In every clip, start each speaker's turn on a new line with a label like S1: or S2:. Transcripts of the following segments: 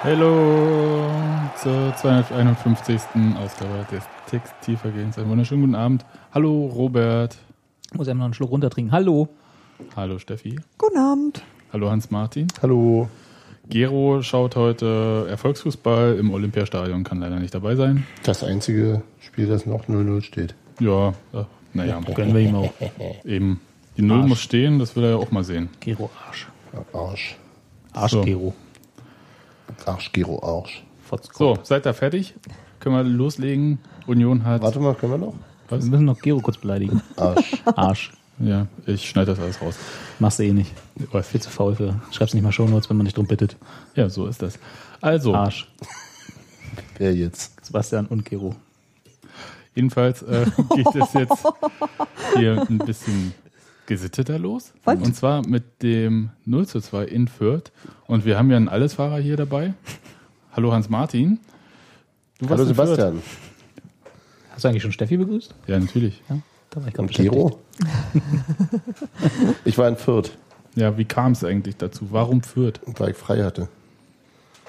S1: Hallo zur 251. Ausgabe des Textilvergehens. Einen wunderschönen guten Abend. Hallo Robert.
S2: Muss ja noch einen Schluck runtertrinken. Hallo.
S1: Hallo Steffi.
S3: Guten Abend.
S1: Hallo Hans-Martin.
S4: Hallo.
S1: Gero schaut heute Erfolgsfußball im Olympiastadion, kann leider nicht dabei sein.
S4: Das einzige Spiel, das noch 0-0 steht.
S1: Ja, äh, naja,
S2: Gönnen wir ihm auch.
S1: eben. Die Null muss stehen, das will er ja auch mal sehen.
S2: Gero Arsch.
S4: Arsch.
S2: Arsch
S1: So.
S2: Gero.
S4: Arsch, Giro, Arsch.
S1: So, seid ihr fertig? Können wir loslegen? Union hat.
S4: Warte mal, können wir noch?
S2: Wir müssen noch Gero kurz beleidigen.
S4: Arsch.
S2: Arsch.
S1: Ja, ich schneide das alles raus.
S2: Machst du eh nicht. Viel zu faul für. Schreib's nicht mal Shownotes, wenn man nicht drum bittet.
S1: Ja, so ist das. Also,
S2: Arsch.
S4: Wer jetzt?
S2: Sebastian und Gero.
S1: Jedenfalls äh, geht es jetzt hier ein bisschen gesitteter los.
S3: Was?
S1: Und zwar mit dem 0 zu 2 in Fürth. Und wir haben ja einen Allesfahrer hier dabei. Hallo Hans-Martin. Du warst
S4: Hallo
S1: in
S4: Sebastian.
S2: Hast du eigentlich schon Steffi begrüßt?
S1: Fürth. Ja, natürlich.
S2: Ja. Da war ich gerade
S4: Und Giro? ich war in Fürth,
S1: Ja, wie kam es eigentlich dazu? Warum Fürth?
S4: weil ich frei hatte.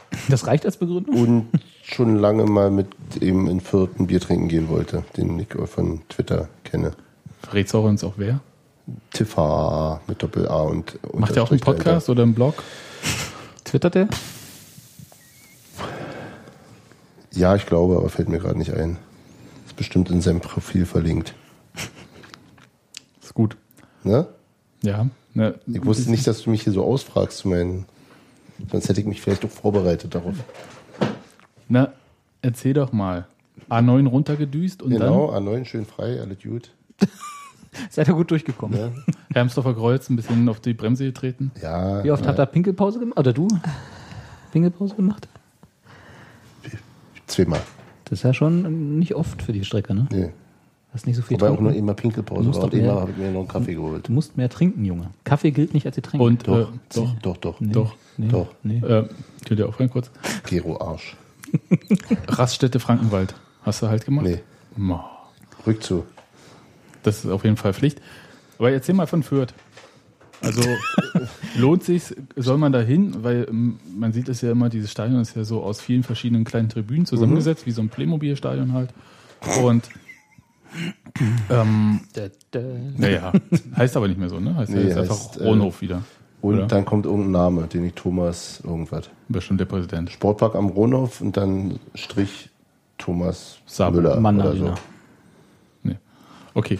S2: beschäftigt. Das reicht als Begründung?
S4: Und schon lange mal mit ihm in Fürth ein Bier trinken gehen wollte, den ich von Twitter kenne.
S1: Verrätst du auch uns auch wer?
S4: Tiffa mit Doppel-A und
S1: Macht er auch einen Podcast oder einen Blog?
S2: Twittert er?
S4: Ja, ich glaube, aber fällt mir gerade nicht ein. Ist bestimmt in seinem Profil verlinkt.
S1: Ist gut.
S4: Ne?
S1: Ja. Ne,
S4: Ich wusste nicht, dass du mich hier so ausfragst zu meinen. Sonst hätte ich mich vielleicht auch vorbereitet darauf.
S1: Na, erzähl doch mal. A9 runtergedüst und
S4: Genau, A9 schön frei, alles gut.
S2: Seid ihr gut durchgekommen?
S4: Ne?
S1: dann Hermsdorfer Kreuz ein bisschen auf die Bremse getreten.
S4: Ja,
S2: Wie oft
S4: na,
S2: hat er Pinkelpause gemacht? Oder du? Pinkelpause gemacht?
S4: zweimal.
S2: Das ist ja schon nicht oft für die Strecke, ne?
S4: Nee.
S2: Hast nicht so viel
S4: Wobei auch
S2: getrunken.
S4: nur immer Pinkelpause
S2: Muss
S4: war
S2: doch
S4: und immer
S2: mehr- Äh,
S4: habe ich mir noch einen Kaffee geholt.
S2: Du musst mehr trinken, Junge. Kaffee gilt nicht als Getränk.
S1: Und
S4: Doch,
S1: äh,
S4: doch, doch, doch.
S1: doch.
S2: Nee,
S4: Doch.
S2: Nee.
S1: Äh, könnt ihr auch rein kurz.
S4: Gero Arsch.
S1: Raststätte Frankenwald. Hast du halt gemacht?
S4: Nee.
S1: Ma,
S4: Rückzug.
S1: Das ist auf jeden Fall Pflicht. Aber erzähl mal von Fürth. Also lohnt sich, soll man da hin? Weil ähm, man sieht es ja immer, dieses Stadion ist ja so aus vielen verschiedenen kleinen
S4: Mhm.
S1: Tribünen zusammengesetzt, wie so ein Playmobil-Stadion halt. Und ähm,
S2: Da, da.
S1: naja, heißt aber nicht mehr so, ne? Heißt ja
S4: Nee,
S1: jetzt einfach
S4: heißt, äh,
S1: Rohnhof wieder.
S4: Und
S1: Oder?
S4: dann kommt irgendein Name, den ich Thomas irgendwas.
S1: Bestimmt der Präsident.
S4: Sportpark am Ronhof und dann Strich Thomas
S1: Sab-
S4: Müller
S2: Mann
S4: oder
S2: Arena.
S4: so.
S1: Nee. Okay.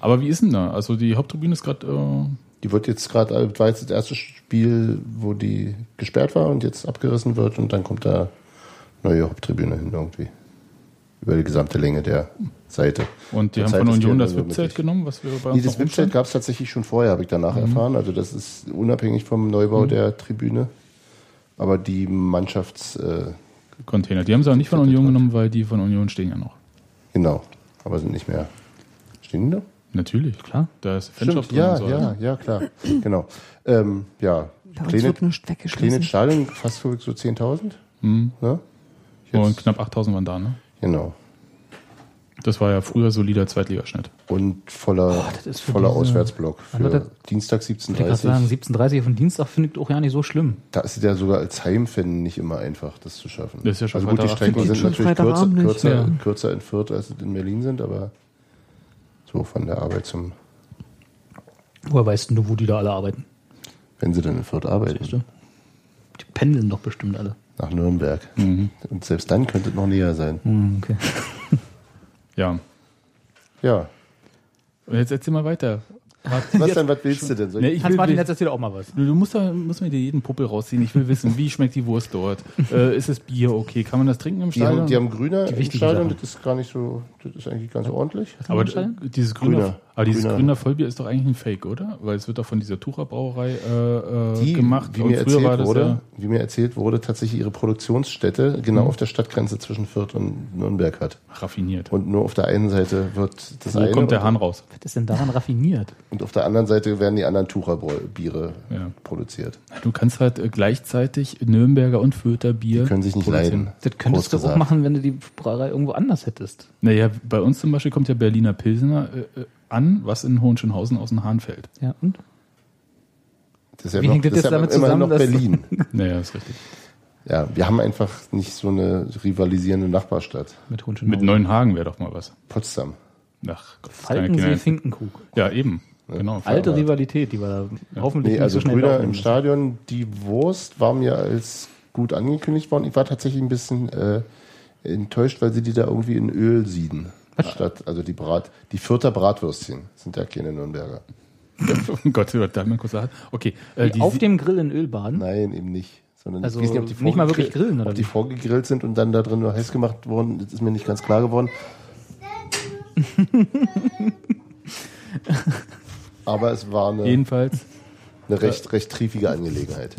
S1: Aber wie ist denn da? Also die Haupttribüne ist gerade äh,
S4: Die wird jetzt gerade, war jetzt das erste Spiel, wo die gesperrt war und jetzt abgerissen wird und dann kommt da neue Haupttribüne hin irgendwie. Über die gesamte Länge der Seite.
S1: und die
S4: Zur
S1: haben
S4: Zeit
S1: von
S4: ist die
S1: Union das
S4: also mit
S1: VIP-Zelt
S4: sich.
S1: genommen, Mhm. was wir bei
S4: Nee,
S1: uns
S4: das
S1: noch
S4: Website
S1: rumstand.
S4: gab es tatsächlich schon vorher, habe ich danach erfahren. Also das ist unabhängig vom Neubau
S1: Mhm.
S4: der Tribüne. Aber die Mannschafts, äh,
S1: Container. Die haben sie auch nicht von Union genommen, weil die von Union stehen ja noch.
S4: genau, aber sind nicht mehr. Stehen die noch?
S1: Natürlich, klar. Da ist Fanschaft
S4: Stimmt,
S1: drin
S4: ja,
S1: und so.
S4: ja, ja, klar. genau. Ähm, ja,
S3: Bei uns
S4: Kleine-
S3: wird nichts
S4: Kleines
S3: weggeschmissen.
S4: Stadion, fast für so 10.000. Ne?
S1: Und knapp 8000 waren da, ne?
S4: Genau.
S1: Das war ja früher solider Zweitligaschnitt.
S4: Und voller,
S2: das ist für
S4: voller
S2: diese-
S4: Auswärtsblock.
S2: Wann war
S4: Für
S2: das?
S4: Dienstag
S2: Ich wollte gerade sagen,
S4: 17.30
S2: 17.30 auf den Dienstag finde ich auch ja nicht so schlimm.
S4: Da ist es ja sogar als Heimfan nicht immer einfach, das zu schaffen.
S1: Das ist ja schon
S4: also gut, die
S1: Freitagabend.
S4: Strecken sind
S3: Schon
S4: natürlich kürzer,
S3: Freitagabend nicht.
S4: kürzer,
S1: Ja.
S4: kürzer in Fürth, als es in Berlin sind, aber so von der Arbeit zum,
S2: Woher weißt denn du, wo die da alle arbeiten?
S4: wenn sie denn in Fürth arbeiten,
S2: du? Die pendeln doch bestimmt alle.
S4: nach Nürnberg. Und selbst dann könnte es noch näher sein.
S2: Hm, okay.
S1: Ja.
S4: Ja.
S1: Und jetzt erzähl mal weiter.
S4: Was denn, was willst du denn? Soll
S1: Nee,
S4: ich
S1: ich will,
S2: Hans-Martin,
S1: will,
S2: jetzt erzähl doch auch mal was.
S1: du du musst, da, musst mir dir jeden Puppel rausziehen. Ich will wissen, wie schmeckt die Wurst dort? Äh, ist es Bier okay? Kann man das trinken im
S4: die, haben,
S1: Stadion?
S4: die haben Grüner im
S2: wichtigen
S4: Stadion,
S2: Sachen.
S4: das ist gar nicht so, das ist eigentlich ganz ordentlich.
S1: aber
S2: im Stadion?
S1: äh, dieses grüne,
S4: Grüner.
S1: aber dieses grüner.
S4: Grüner.
S1: Vollbier ist doch eigentlich ein Fake, oder? Weil es wird doch von dieser Tucher Brauerei äh, äh,
S4: die,
S1: gemacht.
S4: Wie
S1: Und
S4: mir,
S1: früher war
S4: erzählt
S1: das
S4: wurde,
S1: ja- Mhm.
S4: wie mir erzählt wurde, tatsächlich ihre Produktionsstätte genau auf der Stadtgrenze zwischen Fürth und Nürnberg hat.
S1: äh, raffiniert.
S4: Und nur auf der einen Seite wird das
S1: Wo
S4: eine
S1: kommt der
S4: und,
S1: Hahn raus?
S2: Was ist denn daran raffiniert?
S4: und auf der anderen Seite werden die anderen Tucher-Biere
S1: Ja.
S4: produziert.
S1: Du kannst halt äh, gleichzeitig Nürnberger und Fürther Bier.
S4: Die können sich nicht
S1: produzieren.
S4: leiden.
S2: Das könntest du
S4: Groß
S2: auch
S4: gesagt.
S2: machen, wenn du die Brauerei irgendwo anders hättest.
S1: Naja, bei uns zum Beispiel kommt ja Berliner Pilsener äh, äh, an, was in Hohenschönhausen aus dem Hahn fällt.
S2: Ja, und?
S4: Das ist ja
S2: Wie
S4: noch,
S2: hängt das
S4: das ist
S2: jetzt
S4: ja
S2: damit
S4: immerhin
S2: zusammen, dass-
S4: noch Berlin.
S1: Naja, ist richtig.
S4: Ja, wir haben einfach nicht so eine rivalisierende Nachbarstadt.
S2: Mit Hohenschönhausen.
S1: Mit Neuenhagen wäre doch mal was.
S4: Potsdam.
S1: Ach Gott,
S2: Falkensee, Finkenkrug.
S1: Ja, eben. Genau.
S2: Alte Rivalität, die war da hoffentlich
S4: Nee, also Brüder
S2: wieder
S4: im Stadion, die Wurst war mir als gut angekündigt worden. Ich war tatsächlich ein bisschen äh, enttäuscht, weil sie die da irgendwie in Öl sieden. Statt, also die Brat, die Fürther Bratwürstchen sind ja keine Nürnberger.
S1: Oh Gott, da haben wir kurz gesagt. Okay, äh, die
S2: Auf
S1: Sie-
S2: dem Grill in Ölbaden.
S4: Nein, eben nicht. Sondern ich
S2: Also
S4: weiß ob
S2: nicht mal wirklich
S4: vorgegrill-
S2: grillen, oder
S4: Ob die
S2: wie?
S4: vorgegrillt sind und dann da drin nur heiß gemacht wurden, das ist mir nicht ganz klar geworden. Aber es war eine,
S1: jedenfalls.
S4: eine recht, recht triefige Angelegenheit.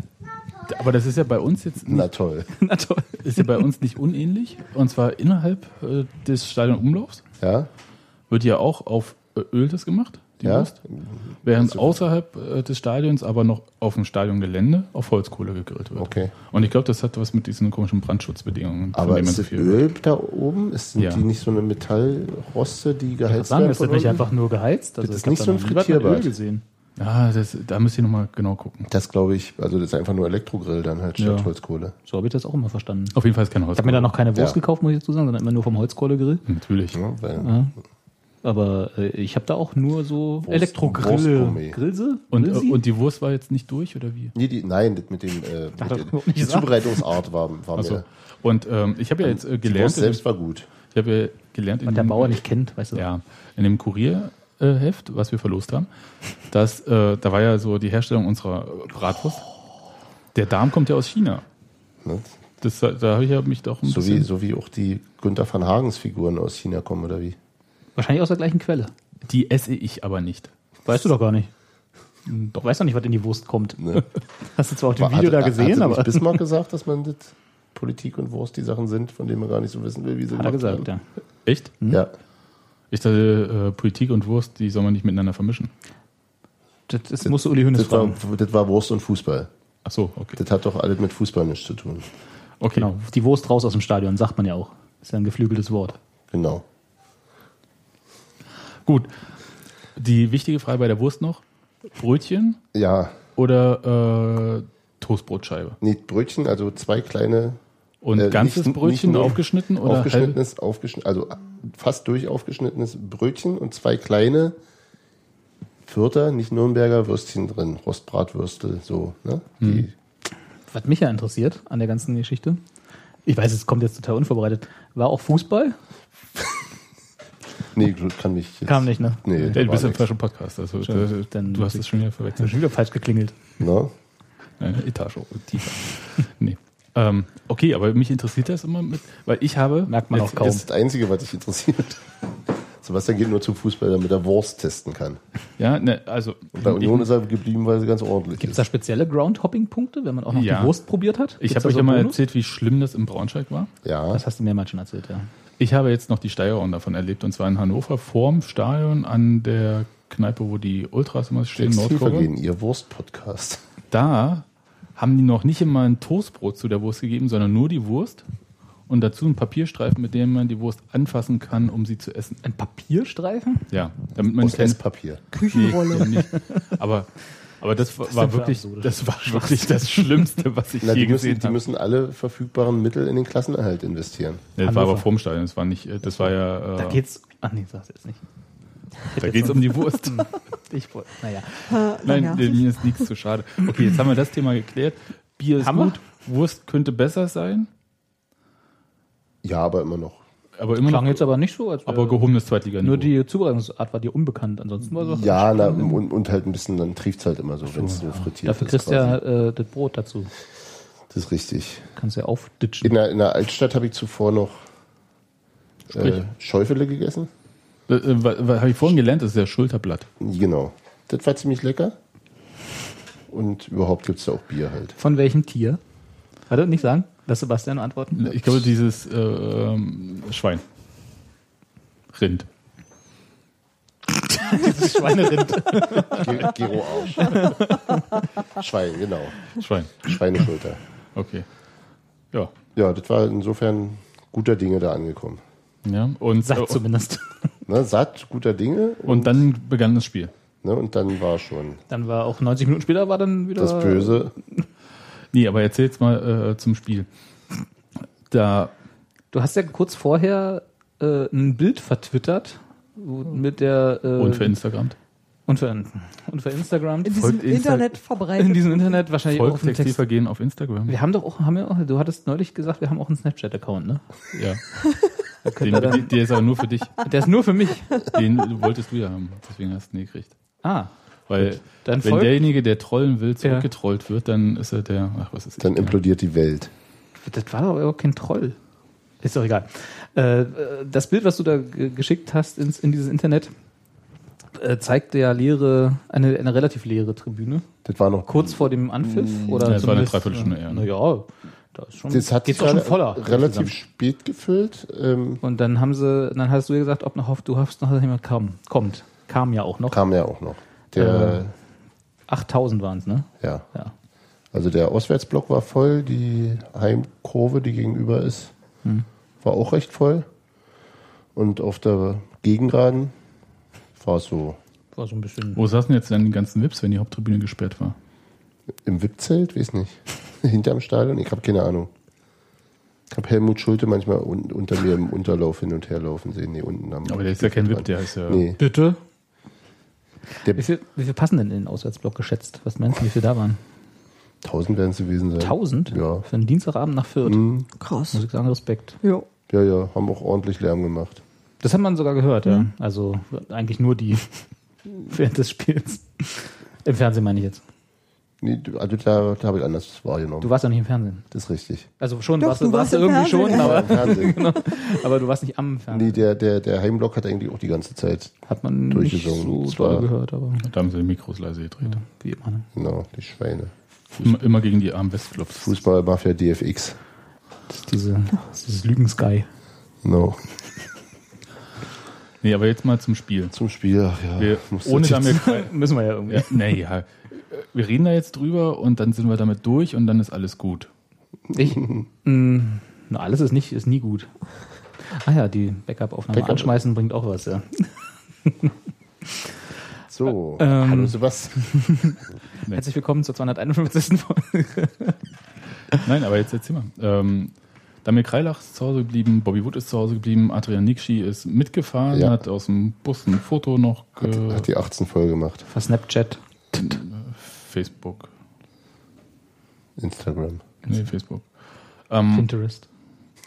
S1: Aber das ist ja bei uns jetzt
S4: Na toll.
S2: Na toll.
S1: ist ja bei uns nicht unähnlich. Und zwar innerhalb äh, des Stadionumlaufs
S4: Ja?
S1: wird ja auch auf äh, Öl das gemacht, die
S4: Ja?
S1: Wurst. Während außerhalb äh, des Stadions aber noch auf dem Stadiongelände auf Holzkohle gegrillt wird.
S4: Okay.
S1: Und ich glaube, das hat was mit diesen komischen Brandschutzbedingungen. von
S4: Aber
S1: denen man
S4: ist
S1: so
S4: das
S1: viel-
S4: Öl da oben? Ist, sind
S1: Ja.
S4: die nicht so eine Metallroste, die geheizt
S2: Sagen,
S4: werden?
S2: das
S4: von
S2: wird nicht
S4: unten?
S2: einfach nur geheizt. Also
S4: Das
S2: ich
S4: ist
S2: hab
S4: nicht
S2: da
S4: so ein
S2: noch nie was mit Öl
S4: Frittierbad.
S2: gesehen.
S1: Ja, Ah, das, da müsst ihr nochmal genau gucken.
S4: Das glaube ich, also das ist einfach nur Elektrogrill dann halt statt
S1: Ja.
S4: Holzkohle.
S2: So habe ich das auch immer verstanden.
S1: Auf jeden Fall ist kein
S2: Ich habe
S1: Holzkohle.
S2: mir da noch keine Wurst
S4: Ja.
S2: gekauft, muss ich dazu sagen, sondern immer nur vom Holzkohlegrill.
S1: Natürlich.
S4: Ja, weil
S2: Aber äh, ich habe da auch nur so
S4: Wurst- Wurstgummi.
S2: Elektrogrille. Grillse?
S1: Und, äh,
S2: Grillsi?
S1: und die Wurst war jetzt nicht durch, oder wie?
S4: Nee, die, nein, das mit dem äh, mit
S2: Hat er
S4: den,
S2: überhaupt
S4: die
S2: nicht gesagt.
S4: Zubereitungsart war, war
S1: Also,
S4: mir.
S1: und ähm, ich habe ja jetzt äh,
S4: Die Wurst
S1: gelernt, in-
S4: selbst war gut.
S1: ich habe ja gelernt in
S2: Und der
S1: dem-
S2: Bauer nicht kennt, weißt du.
S1: Ja, in dem Kurierheft, was wir verlost haben, das, äh, da war ja so die Herstellung unserer äh, Bratwurst. Der Darm kommt ja aus China.
S4: Ne?
S1: Das, da habe ich ja mich doch ein
S4: So wie,
S1: bisschen.
S4: so wie auch die Günther van Hagens Figuren aus China kommen, oder wie?
S2: Wahrscheinlich aus der gleichen Quelle.
S1: Die esse ich aber nicht.
S2: Weißt du doch gar nicht. Hm, Doch weißt du nicht, was in die Wurst kommt.
S4: Ne?
S2: Hast du zwar auf dem
S4: War-
S2: Video
S4: hat-
S2: da
S4: hat-
S2: gesehen,
S4: hat,
S2: aber
S4: hat Bismarck gesagt, dass man das Politik und Wurst die Sachen sind, von denen man gar nicht so wissen will, wie sie
S2: hat er gesagt,
S4: gemacht
S2: Hm? ja.
S4: werden.
S1: Echt?
S4: Ja.
S1: Ich dachte, äh, Politik und Wurst, die soll man nicht miteinander vermischen.
S2: Das, das musst du Uli Hoeneß
S4: Das war,
S2: fragen.
S4: das war Wurst und Fußball.
S1: Ach so, okay.
S4: Das hat doch alles mit Fußball nichts zu tun.
S1: okay.
S2: Genau, die Wurst raus aus dem Stadion, sagt man ja auch. Ist ja ein geflügeltes Wort.
S4: Genau.
S1: Gut. Die wichtige Frage bei der Wurst noch: Brötchen
S4: Ja,
S1: oder äh, Toastbrotscheibe?
S4: nee, Brötchen, also zwei kleine
S1: Und
S4: Äh,
S1: ganzes
S4: nicht-
S1: Brötchen
S4: nicht nur
S1: aufgeschnitten oder halb,
S4: aufgeschnittenes, aufgeschnitten, also fast durch aufgeschnittenes Brötchen und zwei kleine Fürther, nicht Nürnberger Würstchen drin, Rostbratwürstel, so. Ne? Die,
S2: Was mich ja interessiert an der ganzen Geschichte, ich weiß, es kommt jetzt total unvorbereitet, war auch Fußball?
S4: nee, gut, kann mich jetzt,
S2: Kam nicht, ne?
S4: Nee,
S1: Ja,
S4: da
S1: du bist
S4: war
S1: im
S4: nix,
S1: falschen Podcast. Also,
S2: Schön.
S1: äh,
S2: Dann-
S1: du hast es schon wieder
S2: Ich hab
S1: verwechselt.
S2: schon wieder falsch geklingelt.
S4: ne?
S1: Eine Etage tiefer. nee. Ähm, okay, aber mich interessiert das immer mit, weil ich habe.
S2: Merkt man
S1: jetzt,
S2: auch kaum.
S4: Das ist das Einzige, was dich interessiert. Sebastian geht nur zum Fußball, damit er Wurst testen kann.
S1: Ja, ne, also.
S4: Bei Union
S1: ich,
S4: ist er geblieben, weil sie ganz ordentlich
S2: Gibt es da
S4: ist.
S2: spezielle Groundhopping-Punkte, wenn man auch noch
S1: Ja.
S2: die Wurst probiert hat?
S1: ich
S2: Gibt's
S1: habe
S2: da
S1: euch
S2: so
S1: ja mal
S2: Bonus?
S1: erzählt, wie schlimm das in Braunschweig war.
S4: Ja,
S2: Das hast du mehrmals schon erzählt, ja.
S1: Ich habe jetzt noch die Steigerung davon erlebt und zwar in Hannover vorm Stadion an der Kneipe, wo die Ultras immer stehen, Nordkurve.
S4: Textilvergehen, ihr Wurst-Podcast.
S1: Da haben die noch nicht immer ein Toastbrot zu der Wurst gegeben, sondern nur die Wurst und dazu einen Papierstreifen, mit dem man die Wurst anfassen kann, um sie zu essen.
S2: Ein Papierstreifen?
S1: Ja, damit man
S4: Aus
S1: keine-
S4: Esspapier.
S1: Küchenrolle. Nee, nicht. Aber, aber das, war-
S2: denn
S1: war
S2: für
S1: wirklich,
S2: absurde
S1: das war wirklich das Schlimmste, was ich
S4: Na,
S1: je
S4: die, müssen,
S1: gesehen
S4: die
S1: habe.
S4: müssen alle verfügbaren Mittel in den Klassenerhalt investieren.
S1: Nee, das war aber
S2: Hannover.
S1: vorm Stadion, das war nicht, äh, das war ja, äh,
S2: Da geht's. Ach nee, sag's jetzt nicht.
S1: da geht's um die Wurst.
S2: Ich wollte. Naja.
S1: Nein,
S3: ja.
S1: äh, mir ist nichts zu schade. Okay, jetzt haben wir das Thema geklärt. Bier ist
S2: Haben wir?
S1: gut, Wurst könnte besser sein,
S4: Ja, aber immer noch.
S1: aber immer
S2: Klang
S1: noch,
S2: jetzt aber nicht so, als wär-
S1: aber gehobenes zweitliga
S2: Nur die Zubereitungsart war dir unbekannt. Ansonsten war es
S4: Ja, na, und, und halt ein bisschen, dann trieft's halt immer so, wenn es so frittiert
S2: Dafür
S4: ist.
S2: kriegst du
S4: quasi.
S2: ja äh, das Brot dazu.
S4: Das ist richtig.
S2: Kannst ja aufditschen.
S4: In der, in der Altstadt habe ich zuvor noch
S1: Sprich.
S4: äh, Schäufele gegessen.
S1: Äh, äh, wa- wa- Habe ich vorhin gelernt, das ist ja Schulterblatt.
S4: Genau. Das war ziemlich lecker. Und überhaupt gibt's da auch Bier halt.
S2: Von welchem Tier? Warte, nicht sagen. Lass Sebastian antworten.
S1: Ich glaube, dieses äh, ähm, Schwein. Rind.
S2: Dieses Schweinerind.
S4: Ge- Gero auch. Schwein, genau.
S1: Schwein.
S4: Schweineschulter.
S1: Okay. Ja.
S4: Ja, das war insofern guter Dinge da angekommen.
S1: ja. Und, äh,
S2: Sagt zumindest.
S4: Ne, satt, guter Dinge.
S1: und dann begann das Spiel.
S4: ne, und dann war schon
S2: Äh, Dann war auch 90 Minuten später war dann wieder.
S4: das Böse.
S1: Nee, aber erzähl jetzt mal äh, zum Spiel. Da,
S2: Du hast ja kurz vorher äh, ein Bild vertwittert wo- mit der äh,
S1: und für Instagram.
S2: und für, und für Instagram
S3: In
S1: Folgt
S3: diesem
S1: Insta-
S3: Internet verbreitet.
S2: in diesem Internet wahrscheinlich auch auf dem Text.
S1: Volkstextilvergehen auf Instagram.
S2: Wir haben doch auch, haben wir auch, du hattest neulich gesagt, wir haben auch einen Snapchat-Account, ne?
S1: Ja.
S2: Da könnt ihr
S1: Den,
S2: dann,
S1: die- der ist aber nur für dich.
S2: der ist nur für mich.
S1: Den wolltest du ja haben. Deswegen hast du ihn gekriegt.
S2: Ah,
S1: Weil
S2: dann
S1: wenn
S2: folgt-
S1: derjenige, der trollen will,
S2: Ja.
S1: zurückgetrollt wird, dann ist er der, ach was ist
S4: Dann
S1: der?
S4: implodiert die Welt.
S2: Das war doch aber kein Troll. Ist doch egal. Äh, äh, das Bild, was du da ge- geschickt hast ins, in dieses Internet, äh, zeigte ja leere, eine, eine relativ leere Tribüne.
S4: Das war noch
S2: Kurz vor dem Anpfiff. Oder
S1: Mm. Ja, es war eine
S2: zumindest-
S1: Dreiviertelstunde eher, ne?
S2: Na ja, da ist schon,
S4: Das hat
S2: geht's
S4: sich
S2: doch schon
S4: rela-
S2: voller.
S4: relativ
S2: insgesamt.
S4: spät gefüllt. Ähm,
S2: Und dann haben sie, dann hast du ja gesagt, ob noch hofft, du hoffst noch, dass jemand kam, kommt. Kam ja auch noch.
S4: kam ja auch noch. Der,
S2: 8000 waren es, ne?
S4: ja.
S2: Ja.
S4: Also der Auswärtsblock war voll, die Heimkurve, die gegenüber ist,
S2: Hm.
S4: war auch recht voll. Und auf der Gegengeraden war es so
S2: War so ein bisschen.
S1: Wo saßen jetzt dann die ganzen Vips, wenn die Haupttribüne gesperrt war?
S4: im VIP-Zelt, weiß nicht, hinterm Stadion, ich habe keine Ahnung. Ich habe Helmut Schulte manchmal un unter mir im Unterlauf hin und her laufen sehen. Nee, unten am
S1: Aber der ist ja kein VIP, der ist ja.
S4: Nee,
S2: Bitte?
S4: der
S2: Wie viel, wie viel passen denn in den Auswärtsblock geschätzt? Was meinst du, wie viel da waren?
S4: 1000 werden es gewesen sein.
S2: 1000?
S4: Ja. Mhm.
S2: Für einen Dienstagabend nach Fürth.
S3: Krass.
S2: Muss ich sagen, Respekt.
S3: Ja.
S4: Ja, ja, haben auch ordentlich Lärm gemacht.
S2: Das hat man sogar gehört,
S4: Mhm.
S2: ja. Also eigentlich nur die während des Spiels. Im Fernsehen meine ich jetzt.
S4: Nee, also da, da habe ich anders
S2: Du
S4: wahrgenommen.
S2: warst ja nicht im Fernsehen.
S4: Das ist richtig.
S2: Also schon
S3: Doch,
S2: warst
S3: du
S2: du warst
S3: warst im
S2: irgendwie
S3: Fernsehen,
S2: schon,
S3: ja.
S2: aber, Genau.
S4: Im Fernsehen.
S2: aber du warst nicht am Fernsehen.
S4: Nee, der, der, der Heimblock hat eigentlich auch die ganze Zeit,
S2: Hat man nicht
S4: Durchgesungen.
S2: so
S4: Es war-
S2: toll gehört, aber
S1: Da haben sie die Mikros leise gedreht.
S2: wie immer. Ne?
S4: genau, die Schweine.
S1: Immer, immer gegen die armen Westflops.
S4: Fußballmafia DFX.
S2: Das ist diese, das ist dieses Lügen-Sky.
S4: No.
S1: Nee, aber jetzt mal zum Spiel.
S4: Zum Spiel, ach ja.
S1: Wir,
S4: muss
S1: ohne
S4: das
S1: da
S4: jetzt-
S1: mir frei-
S2: Müssen wir ja irgendwie.
S1: ja, Naja, wir reden da jetzt drüber und dann sind wir damit durch und dann ist alles gut.
S2: Ich? Mm, na, alles ist, nicht, ist nie gut. Ah ja, die Backup-Aufnahme
S4: Backup.
S2: anschmeißen bringt auch was, ja.
S4: So,
S2: Ähm.
S4: hallo Sebastian.
S2: Herzlich willkommen zur 251. Folge.
S1: Nein, aber jetzt erzähl mal. Ähm, Damir Kreilach ist zu Hause geblieben, Bobby Wood ist zu Hause geblieben, Adrian Nikshi ist mitgefahren,
S4: Ja.
S1: hat aus dem Bus ein Foto noch
S4: Hat,
S1: ge
S4: hat die 18 voll gemacht.
S2: Für Snapchat.
S1: Facebook.
S4: Instagram.
S1: Nee, Facebook. Ähm,
S2: Pinterest.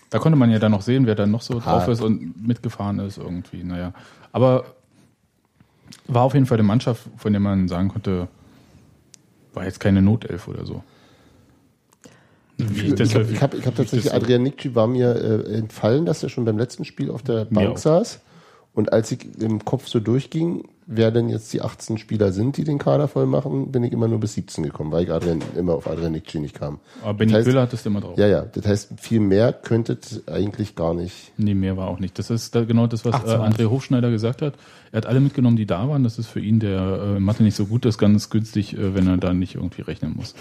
S1: Da konnte man ja dann noch sehen, wer dann noch so drauf
S4: Hart.
S1: ist und mitgefahren ist irgendwie. Naja. Aber war auf jeden Fall eine Mannschaft, von der man sagen konnte, war jetzt keine Notelf oder so. Wie
S4: Ich, ich habe
S1: häufig-
S4: ich hab, ich hab
S1: wie ich das
S4: tatsächlich,
S1: so-
S4: Adrian Nikci war mir äh, entfallen, dass er schon beim letzten Spiel auf der Bank
S1: auch.
S4: saß. Und als ich im Kopf so durchging, wer denn jetzt die 18 Spieler sind, die den Kader voll machen, bin ich immer nur bis 17 gekommen, weil ich Adrian, immer auf Adrian Nikci nicht kam.
S1: Aber Benny
S4: Das heißt-
S1: Köhler hattest du immer drauf.
S4: Ja, ja, das heißt, viel mehr könntet eigentlich gar nicht.
S1: Nee, mehr war auch nicht. Das ist da genau das, was äh,
S2: 28.
S1: André Hofschneider gesagt hat. Er hat alle mitgenommen, die da waren. Das ist für ihn, der äh, in Mathe nicht so gut ist, ganz günstig, äh, wenn er da nicht irgendwie rechnen muss.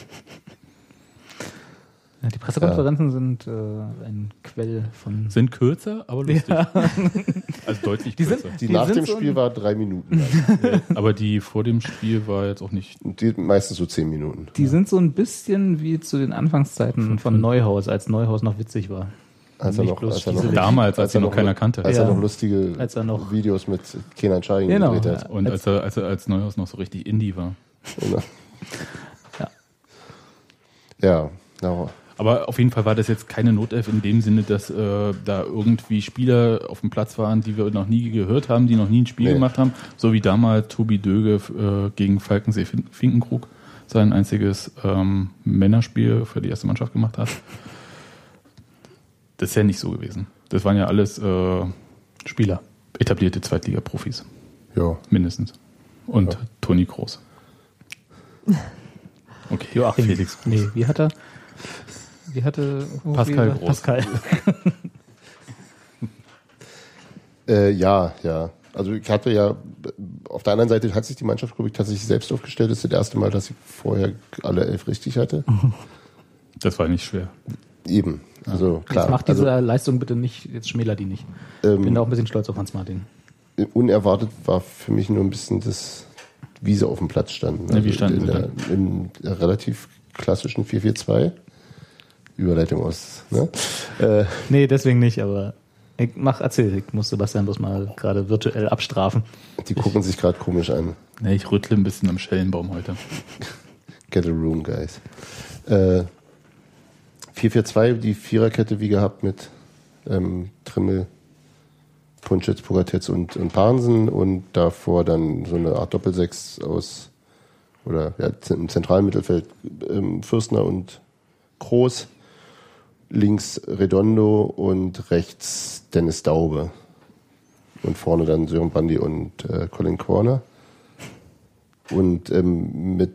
S2: Ja, die Pressekonferenzen sind äh, ein Quell von.
S1: Sind kürzer, aber lustig. Also deutlich
S2: Die sind-
S1: kürzer.
S4: Die,
S2: Die
S4: nach
S2: sind
S4: dem
S2: so
S4: Spiel
S2: ein-
S4: war drei Minuten. lang.
S1: Aber die vor dem Spiel war jetzt auch nicht
S4: Und die meistens so zehn Minuten.
S2: Die sind so ein bisschen wie zu den Anfangszeiten von Neuhaus, als Neuhaus noch witzig war.
S4: Als er
S2: Nicht
S4: noch,
S2: bloß
S4: als er Also noch,
S2: diese-
S1: Damals, als sie noch keiner kannte.
S4: als
S2: Ja.
S4: er noch lustige
S2: Als er noch-
S4: Videos mit Kenan Schein
S2: Genau.
S4: gedreht hat.
S1: Und als, er, als er als Neuhaus noch so richtig Indie war.
S4: Genau.
S2: Ja.
S4: Ja, na,
S1: Aber auf jeden Fall war das jetzt keine Notelf in dem Sinne, dass äh, da irgendwie Spieler auf dem Platz waren, die wir noch nie gehört haben, die noch nie ein Spiel
S4: Nee.
S1: gemacht haben. So wie damals Tobi Döge äh, gegen Falkensee Fin- Finkenkrug sein einziges ähm, Männerspiel für die erste Mannschaft gemacht hat. Das ist ja nicht so gewesen. Das waren ja alles äh,
S2: Spieler.
S1: etablierte Zweitliga-Profis,
S4: ja.
S1: mindestens. Und
S4: Ja.
S1: Toni Groß. Okay,
S2: Joachim.
S1: Felix Groß.
S2: Nee, wie hat er. Wie hatte.
S1: Pascal
S2: wie-
S1: Groß.
S2: Pascal.
S4: Äh, ja, ja. Also ich hatte ja, auf der anderen Seite hat sich die Mannschaft, glaube ich, tatsächlich selbst aufgestellt. Das ist das erste Mal, dass ich vorher alle elf richtig hatte.
S1: Das war nicht schwer.
S4: Eben. Also klar.
S2: Jetzt mach
S4: also,
S2: diese Leistung bitte nicht, jetzt schmäler die nicht. Ich bin da auch ein bisschen stolz auf Hans Martin.
S4: unerwartet war für mich nur ein bisschen das, wie sie auf dem Platz standen. Also
S1: Ja, wie standen
S4: in
S1: sie
S4: der, in der relativ klassischen 442. Überleitung aus. Ne? Äh,
S2: Nee, deswegen nicht, aber ich mach, erzähl, ich muss Sebastian bloß mal gerade virtuell abstrafen.
S4: die gucken sich gerade komisch an.
S1: Ne, ich rüttle ein bisschen am Schellenbaum heute.
S4: Get a room, guys. Äh, 442, die Viererkette wie gehabt mit ähm, Trimmel, Punschitz, Pogatetz und, und Pahnsen und davor dann so eine Art Doppelsechs aus oder ja, z- im zentralen Mittelfeld ähm, Fürstner und Groß, links Redondo und rechts Dennis Daube und vorne dann Sören Brandy und äh, Colin Corner und ähm, mit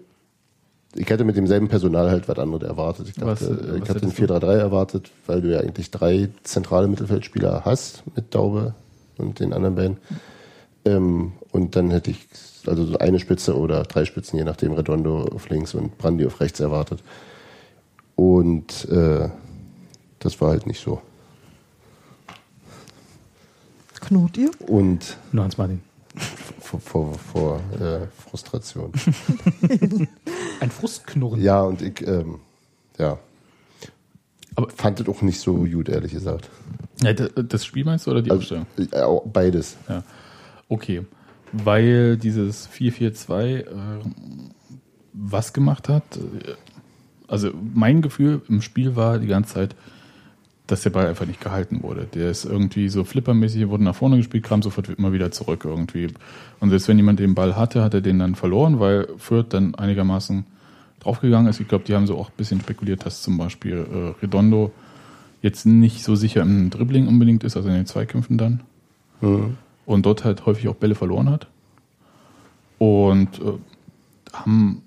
S4: ich hätte mit demselben Personal halt was anderes erwartet. Ich
S1: Was-
S4: dachte, äh, ich
S1: was
S4: hatte den
S1: hättest du?
S4: 4-3-3 erwartet, weil du ja eigentlich drei zentrale Mittelfeldspieler hast mit Daube und den anderen beiden. Ähm, und dann hätte ich also so eine Spitze oder drei Spitzen, je nachdem, Redondo auf links und Brandy auf rechts erwartet. Und äh, das war halt nicht so.
S3: Knurrt ihr?
S4: Und
S2: Nur Hans Martin.
S4: vor, vor, vor äh, Frustration.
S2: Ein Frustknurren.
S4: ja, und ich, ähm, ja.
S1: Aber-
S4: Aber fand es auch nicht so gut, ehrlich gesagt.
S1: Ja, d- das Spiel meinst du oder die
S4: Also,
S1: Aufstellung?
S4: äh, auch beides.
S1: Okay. Weil dieses 442 äh, was gemacht hat, äh, also mein Gefühl im Spiel war die ganze Zeit, dass der Ball einfach nicht gehalten wurde. Der ist irgendwie so flippermäßig, wurde nach vorne gespielt, kam sofort immer wieder zurück irgendwie. Und selbst wenn jemand den Ball hatte, hat er den dann verloren, weil Fürth dann einigermaßen draufgegangen ist. Ich glaube, die haben so auch ein bisschen spekuliert, dass zum Beispiel äh, Redondo jetzt nicht so sicher im Dribbling unbedingt ist, also in den Zweikämpfen dann und dort halt häufig auch Bälle verloren hat. Und äh, haben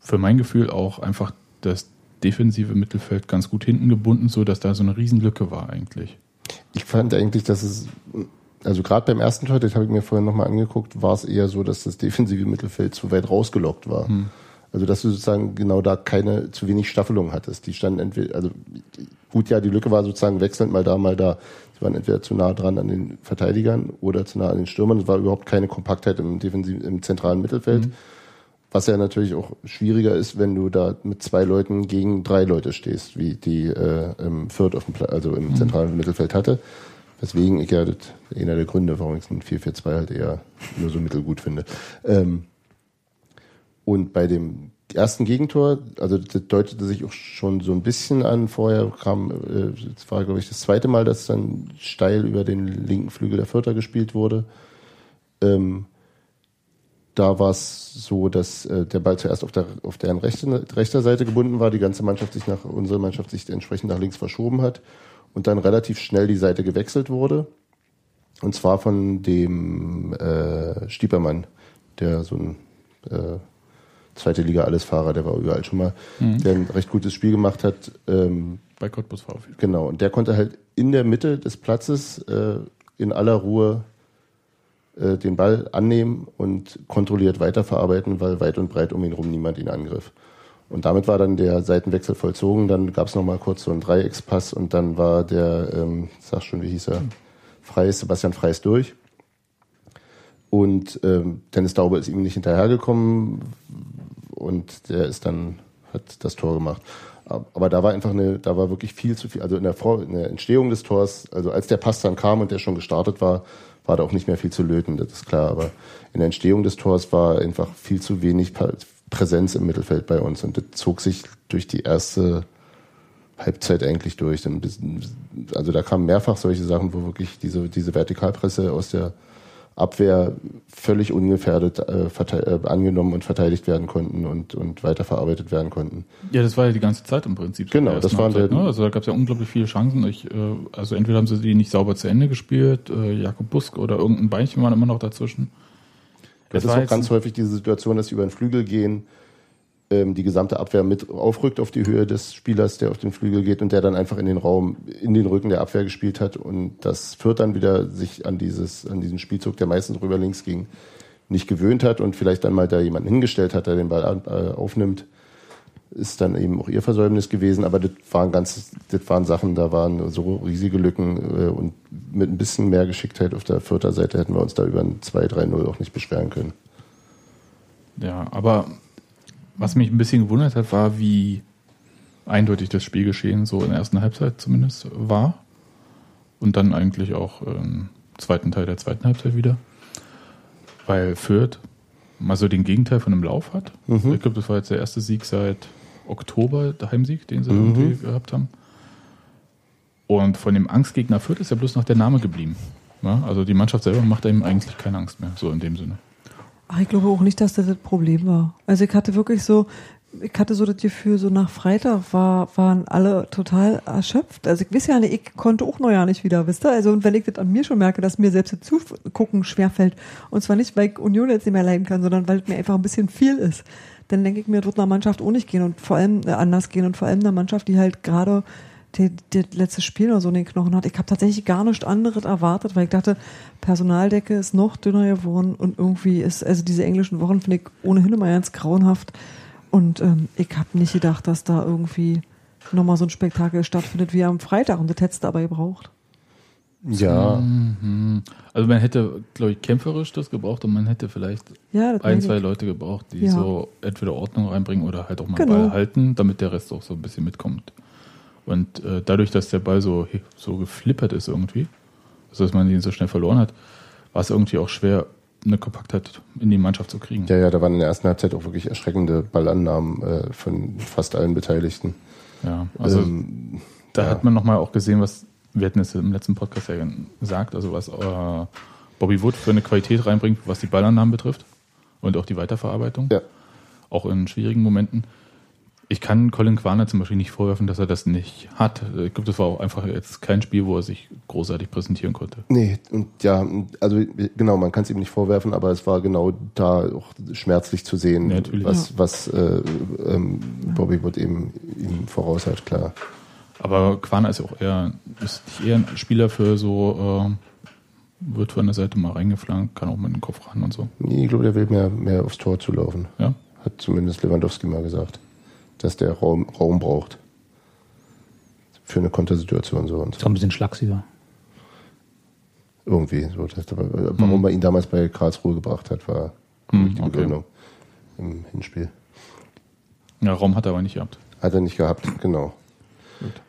S1: für mein Gefühl auch einfach das defensive Mittelfeld ganz gut hinten gebunden, sodass da so eine Riesenlücke war eigentlich.
S4: Ich fand eigentlich, dass es, also gerade beim ersten Tor, das habe ich mir vorhin nochmal angeguckt, war es eher so, dass das defensive Mittelfeld zu weit rausgelockt war. Also dass du sozusagen genau da keine, zu wenig Staffelung hattest. Die standen entweder, also gut, ja, die Lücke war sozusagen wechselnd mal da, mal da. Sie waren entweder zu nah dran an den Verteidigern oder zu nah an den Stürmern. Es war überhaupt keine Kompaktheit im defensiven, im zentralen Mittelfeld. Was ja natürlich auch schwieriger ist, wenn du da mit zwei Leuten gegen drei Leute stehst, wie die äh, im Fürth auf dem Pla also im zentralen Mittelfeld hatte. Weswegen ich ja das einer der Gründe, warum ich ein 4-4-2 halt eher nur so mittelgut finde. Ähm, und bei dem ersten Gegentor, also das deutete sich auch schon so ein bisschen an. Vorher kam, äh, das war glaube ich das zweite Mal, dass dann steil über den linken Flügel der Vierter gespielt wurde. Ähm, da war es so, dass äh, der Ball zuerst auf der auf deren rechte, rechter Seite gebunden war, die ganze Mannschaft sich nach unsere Mannschaft sich entsprechend nach links verschoben hat und dann relativ schnell die Seite gewechselt wurde. Und zwar von dem äh, Stiepermann, der so ein äh, zweite Liga Allesfahrer, der war überall schon mal, der ein recht gutes Spiel gemacht hat. Ähm,
S1: Bei Cottbus VfL.
S4: Genau, und der konnte halt in der Mitte des Platzes äh, in aller Ruhe äh, den Ball annehmen und kontrolliert weiterverarbeiten, weil weit und breit um ihn rum niemand ihn angriff. Und damit war dann der Seitenwechsel vollzogen, dann gab es nochmal kurz so einen Dreieckspass und dann war der, ähm, sag schon, wie hieß er, Freis, Sebastian Freis durch. Und ähm, Dennis Daube ist ihm nicht hinterhergekommen, und der ist dann hat das Tor gemacht. Ab- Aber da war einfach eine, da war wirklich viel zu viel. Also in der, Vor in der Entstehung des Tors, also als der Pass dann kam und der schon gestartet war, war da auch nicht mehr viel zu löten, das ist klar. Aber in der Entstehung des Tors war einfach viel zu wenig Pa- Präsenz im Mittelfeld bei uns und das zog sich durch die erste Halbzeit eigentlich durch. Dann bis- Also da kamen mehrfach solche Sachen, wo wirklich diese, diese Vertikalpresse aus der Abwehr völlig ungefährdet äh, verte- äh, angenommen und verteidigt werden konnten und, und weiterverarbeitet werden konnten.
S1: Ja, das war ja die ganze Zeit im Prinzip. so
S4: Genau,
S1: in der ersten
S4: das waren
S1: Halbzeit,
S4: der-
S1: ne? Also da gab es ja unglaublich viele Chancen. Ich, äh, also entweder haben sie die nicht sauber zu Ende gespielt, äh, Jakob Busk oder irgendein Beinchen waren immer noch dazwischen.
S4: Das,
S1: Es war
S4: ist auch
S1: jetzt-
S4: ganz häufig diese Situation, dass sie über den Flügel gehen, ähm, die gesamte Abwehr mit aufrückt auf die Höhe des Spielers, der auf den Flügel geht und der dann einfach in den Raum, in den Rücken der Abwehr gespielt hat und das führt dann wieder sich an dieses, an diesen Spielzug, der meistens rüber links ging, nicht gewöhnt hat und vielleicht dann mal da jemanden hingestellt hat, der den Ball an, äh, aufnimmt, ist dann eben auch ihr Versäumnis gewesen. Aber das waren ganz, das waren Sachen, da waren so riesige Lücken äh, und mit ein bisschen mehr Geschicktheit auf der vierter Seite hätten wir uns da über ein 2-3-0 auch nicht beschweren können.
S1: Ja, aber was mich ein bisschen gewundert hat, war, wie eindeutig das Spielgeschehen so in der ersten Halbzeit zumindest war. Und dann eigentlich auch im zweiten Teil der zweiten Halbzeit wieder. Weil Fürth mal so den Gegenteil von einem Lauf hat. Ich glaube, das war jetzt der erste Sieg seit Oktober, der Heimsieg, den sie irgendwie gehabt haben. Und von dem Angstgegner Fürth ist ja bloß noch der Name geblieben. Ja, also die Mannschaft selber macht einem eigentlich keine Angst mehr, so in dem Sinne.
S3: Ach, ich glaube auch nicht, dass das das Problem war. Also ich hatte wirklich so, ich hatte so das Gefühl, so nach Freitag war, waren alle total erschöpft. Also ich weiß ja nicht, ich konnte auch noch ja nicht wieder, wisst ihr? Also und wenn ich das an mir schon merke, dass mir selbst das Zugucken schwerfällt, und zwar nicht, weil ich Union jetzt nicht mehr leiden kann, sondern weil es mir einfach ein bisschen viel ist, dann denke ich mir, das wird einer Mannschaft auch nicht gehen und vor allem äh, anders gehen und vor allem einer Mannschaft, die halt gerade die- die- das letzte Spiel oder so in den Knochen hat. Ich habe tatsächlich gar nichts anderes erwartet, weil ich dachte, Personaldecke ist noch dünner geworden und irgendwie ist, also diese englischen Wochen finde ich ohnehin immer ganz grauenhaft. Und ähm, ich habe nicht gedacht, dass da irgendwie nochmal so ein Spektakel stattfindet wie am Freitag und das hättest du aber gebraucht.
S4: Ja,
S1: Also man hätte, glaube ich, kämpferisch das gebraucht und man hätte vielleicht
S3: Ja, das meine
S1: ein,
S3: ich.
S1: zwei Leute gebraucht, die
S3: Ja.
S1: so entweder Ordnung reinbringen oder halt auch mal
S3: Genau.
S1: Ball halten, damit der Rest auch so ein bisschen mitkommt. Und äh, dadurch, dass der Ball so, so geflippert ist irgendwie, also dass man ihn so schnell verloren hat, war es irgendwie auch schwer, eine Kompaktheit in die Mannschaft zu kriegen.
S4: ja, ja, da waren in der ersten Halbzeit auch wirklich erschreckende Ballannahmen äh, von fast allen Beteiligten.
S1: Ja, also
S4: Ähm,
S1: da
S4: ja.
S1: hat man nochmal auch gesehen, was wir hatten es im letzten Podcast ja gesagt, also was äh, Bobby Wood für eine Qualität reinbringt, was die Ballannahmen betrifft und auch die Weiterverarbeitung.
S4: ja.
S1: auch in schwierigen Momenten. Ich kann Colin Quaner zum Beispiel nicht vorwerfen, dass er das nicht hat. Äh, Ich glaube, das war auch einfach jetzt kein Spiel, wo er sich großartig präsentieren konnte.
S4: Nee, und ja, also genau, man kann es ihm nicht vorwerfen, aber es war genau da auch schmerzlich zu sehen,
S1: Ja, natürlich.
S4: was, was äh, ähm, Bobby Wood eben ihm voraus hat, klar.
S1: Aber Quaner ist auch eher, ist nicht eher ein Spieler für so, äh, wird von der Seite mal reingeflankt, kann auch mit dem Kopf ran und so.
S4: Nee, ich glaube, der will mehr, mehr aufs Tor zu laufen.
S1: Ja.
S4: Hat zumindest Lewandowski mal gesagt, dass der Raum, Raum braucht. Für eine Kontersituation so und
S2: Ist
S4: so.
S2: auch ein bisschen schlagsiger.
S4: Irgendwie. So. Das, äh, warum man ihn damals bei Karlsruhe gebracht hat, war
S1: Hm,
S4: die
S1: okay.
S4: Begründung im Hinspiel.
S1: ja, Raum hat er aber nicht gehabt.
S4: Hat er nicht gehabt, genau.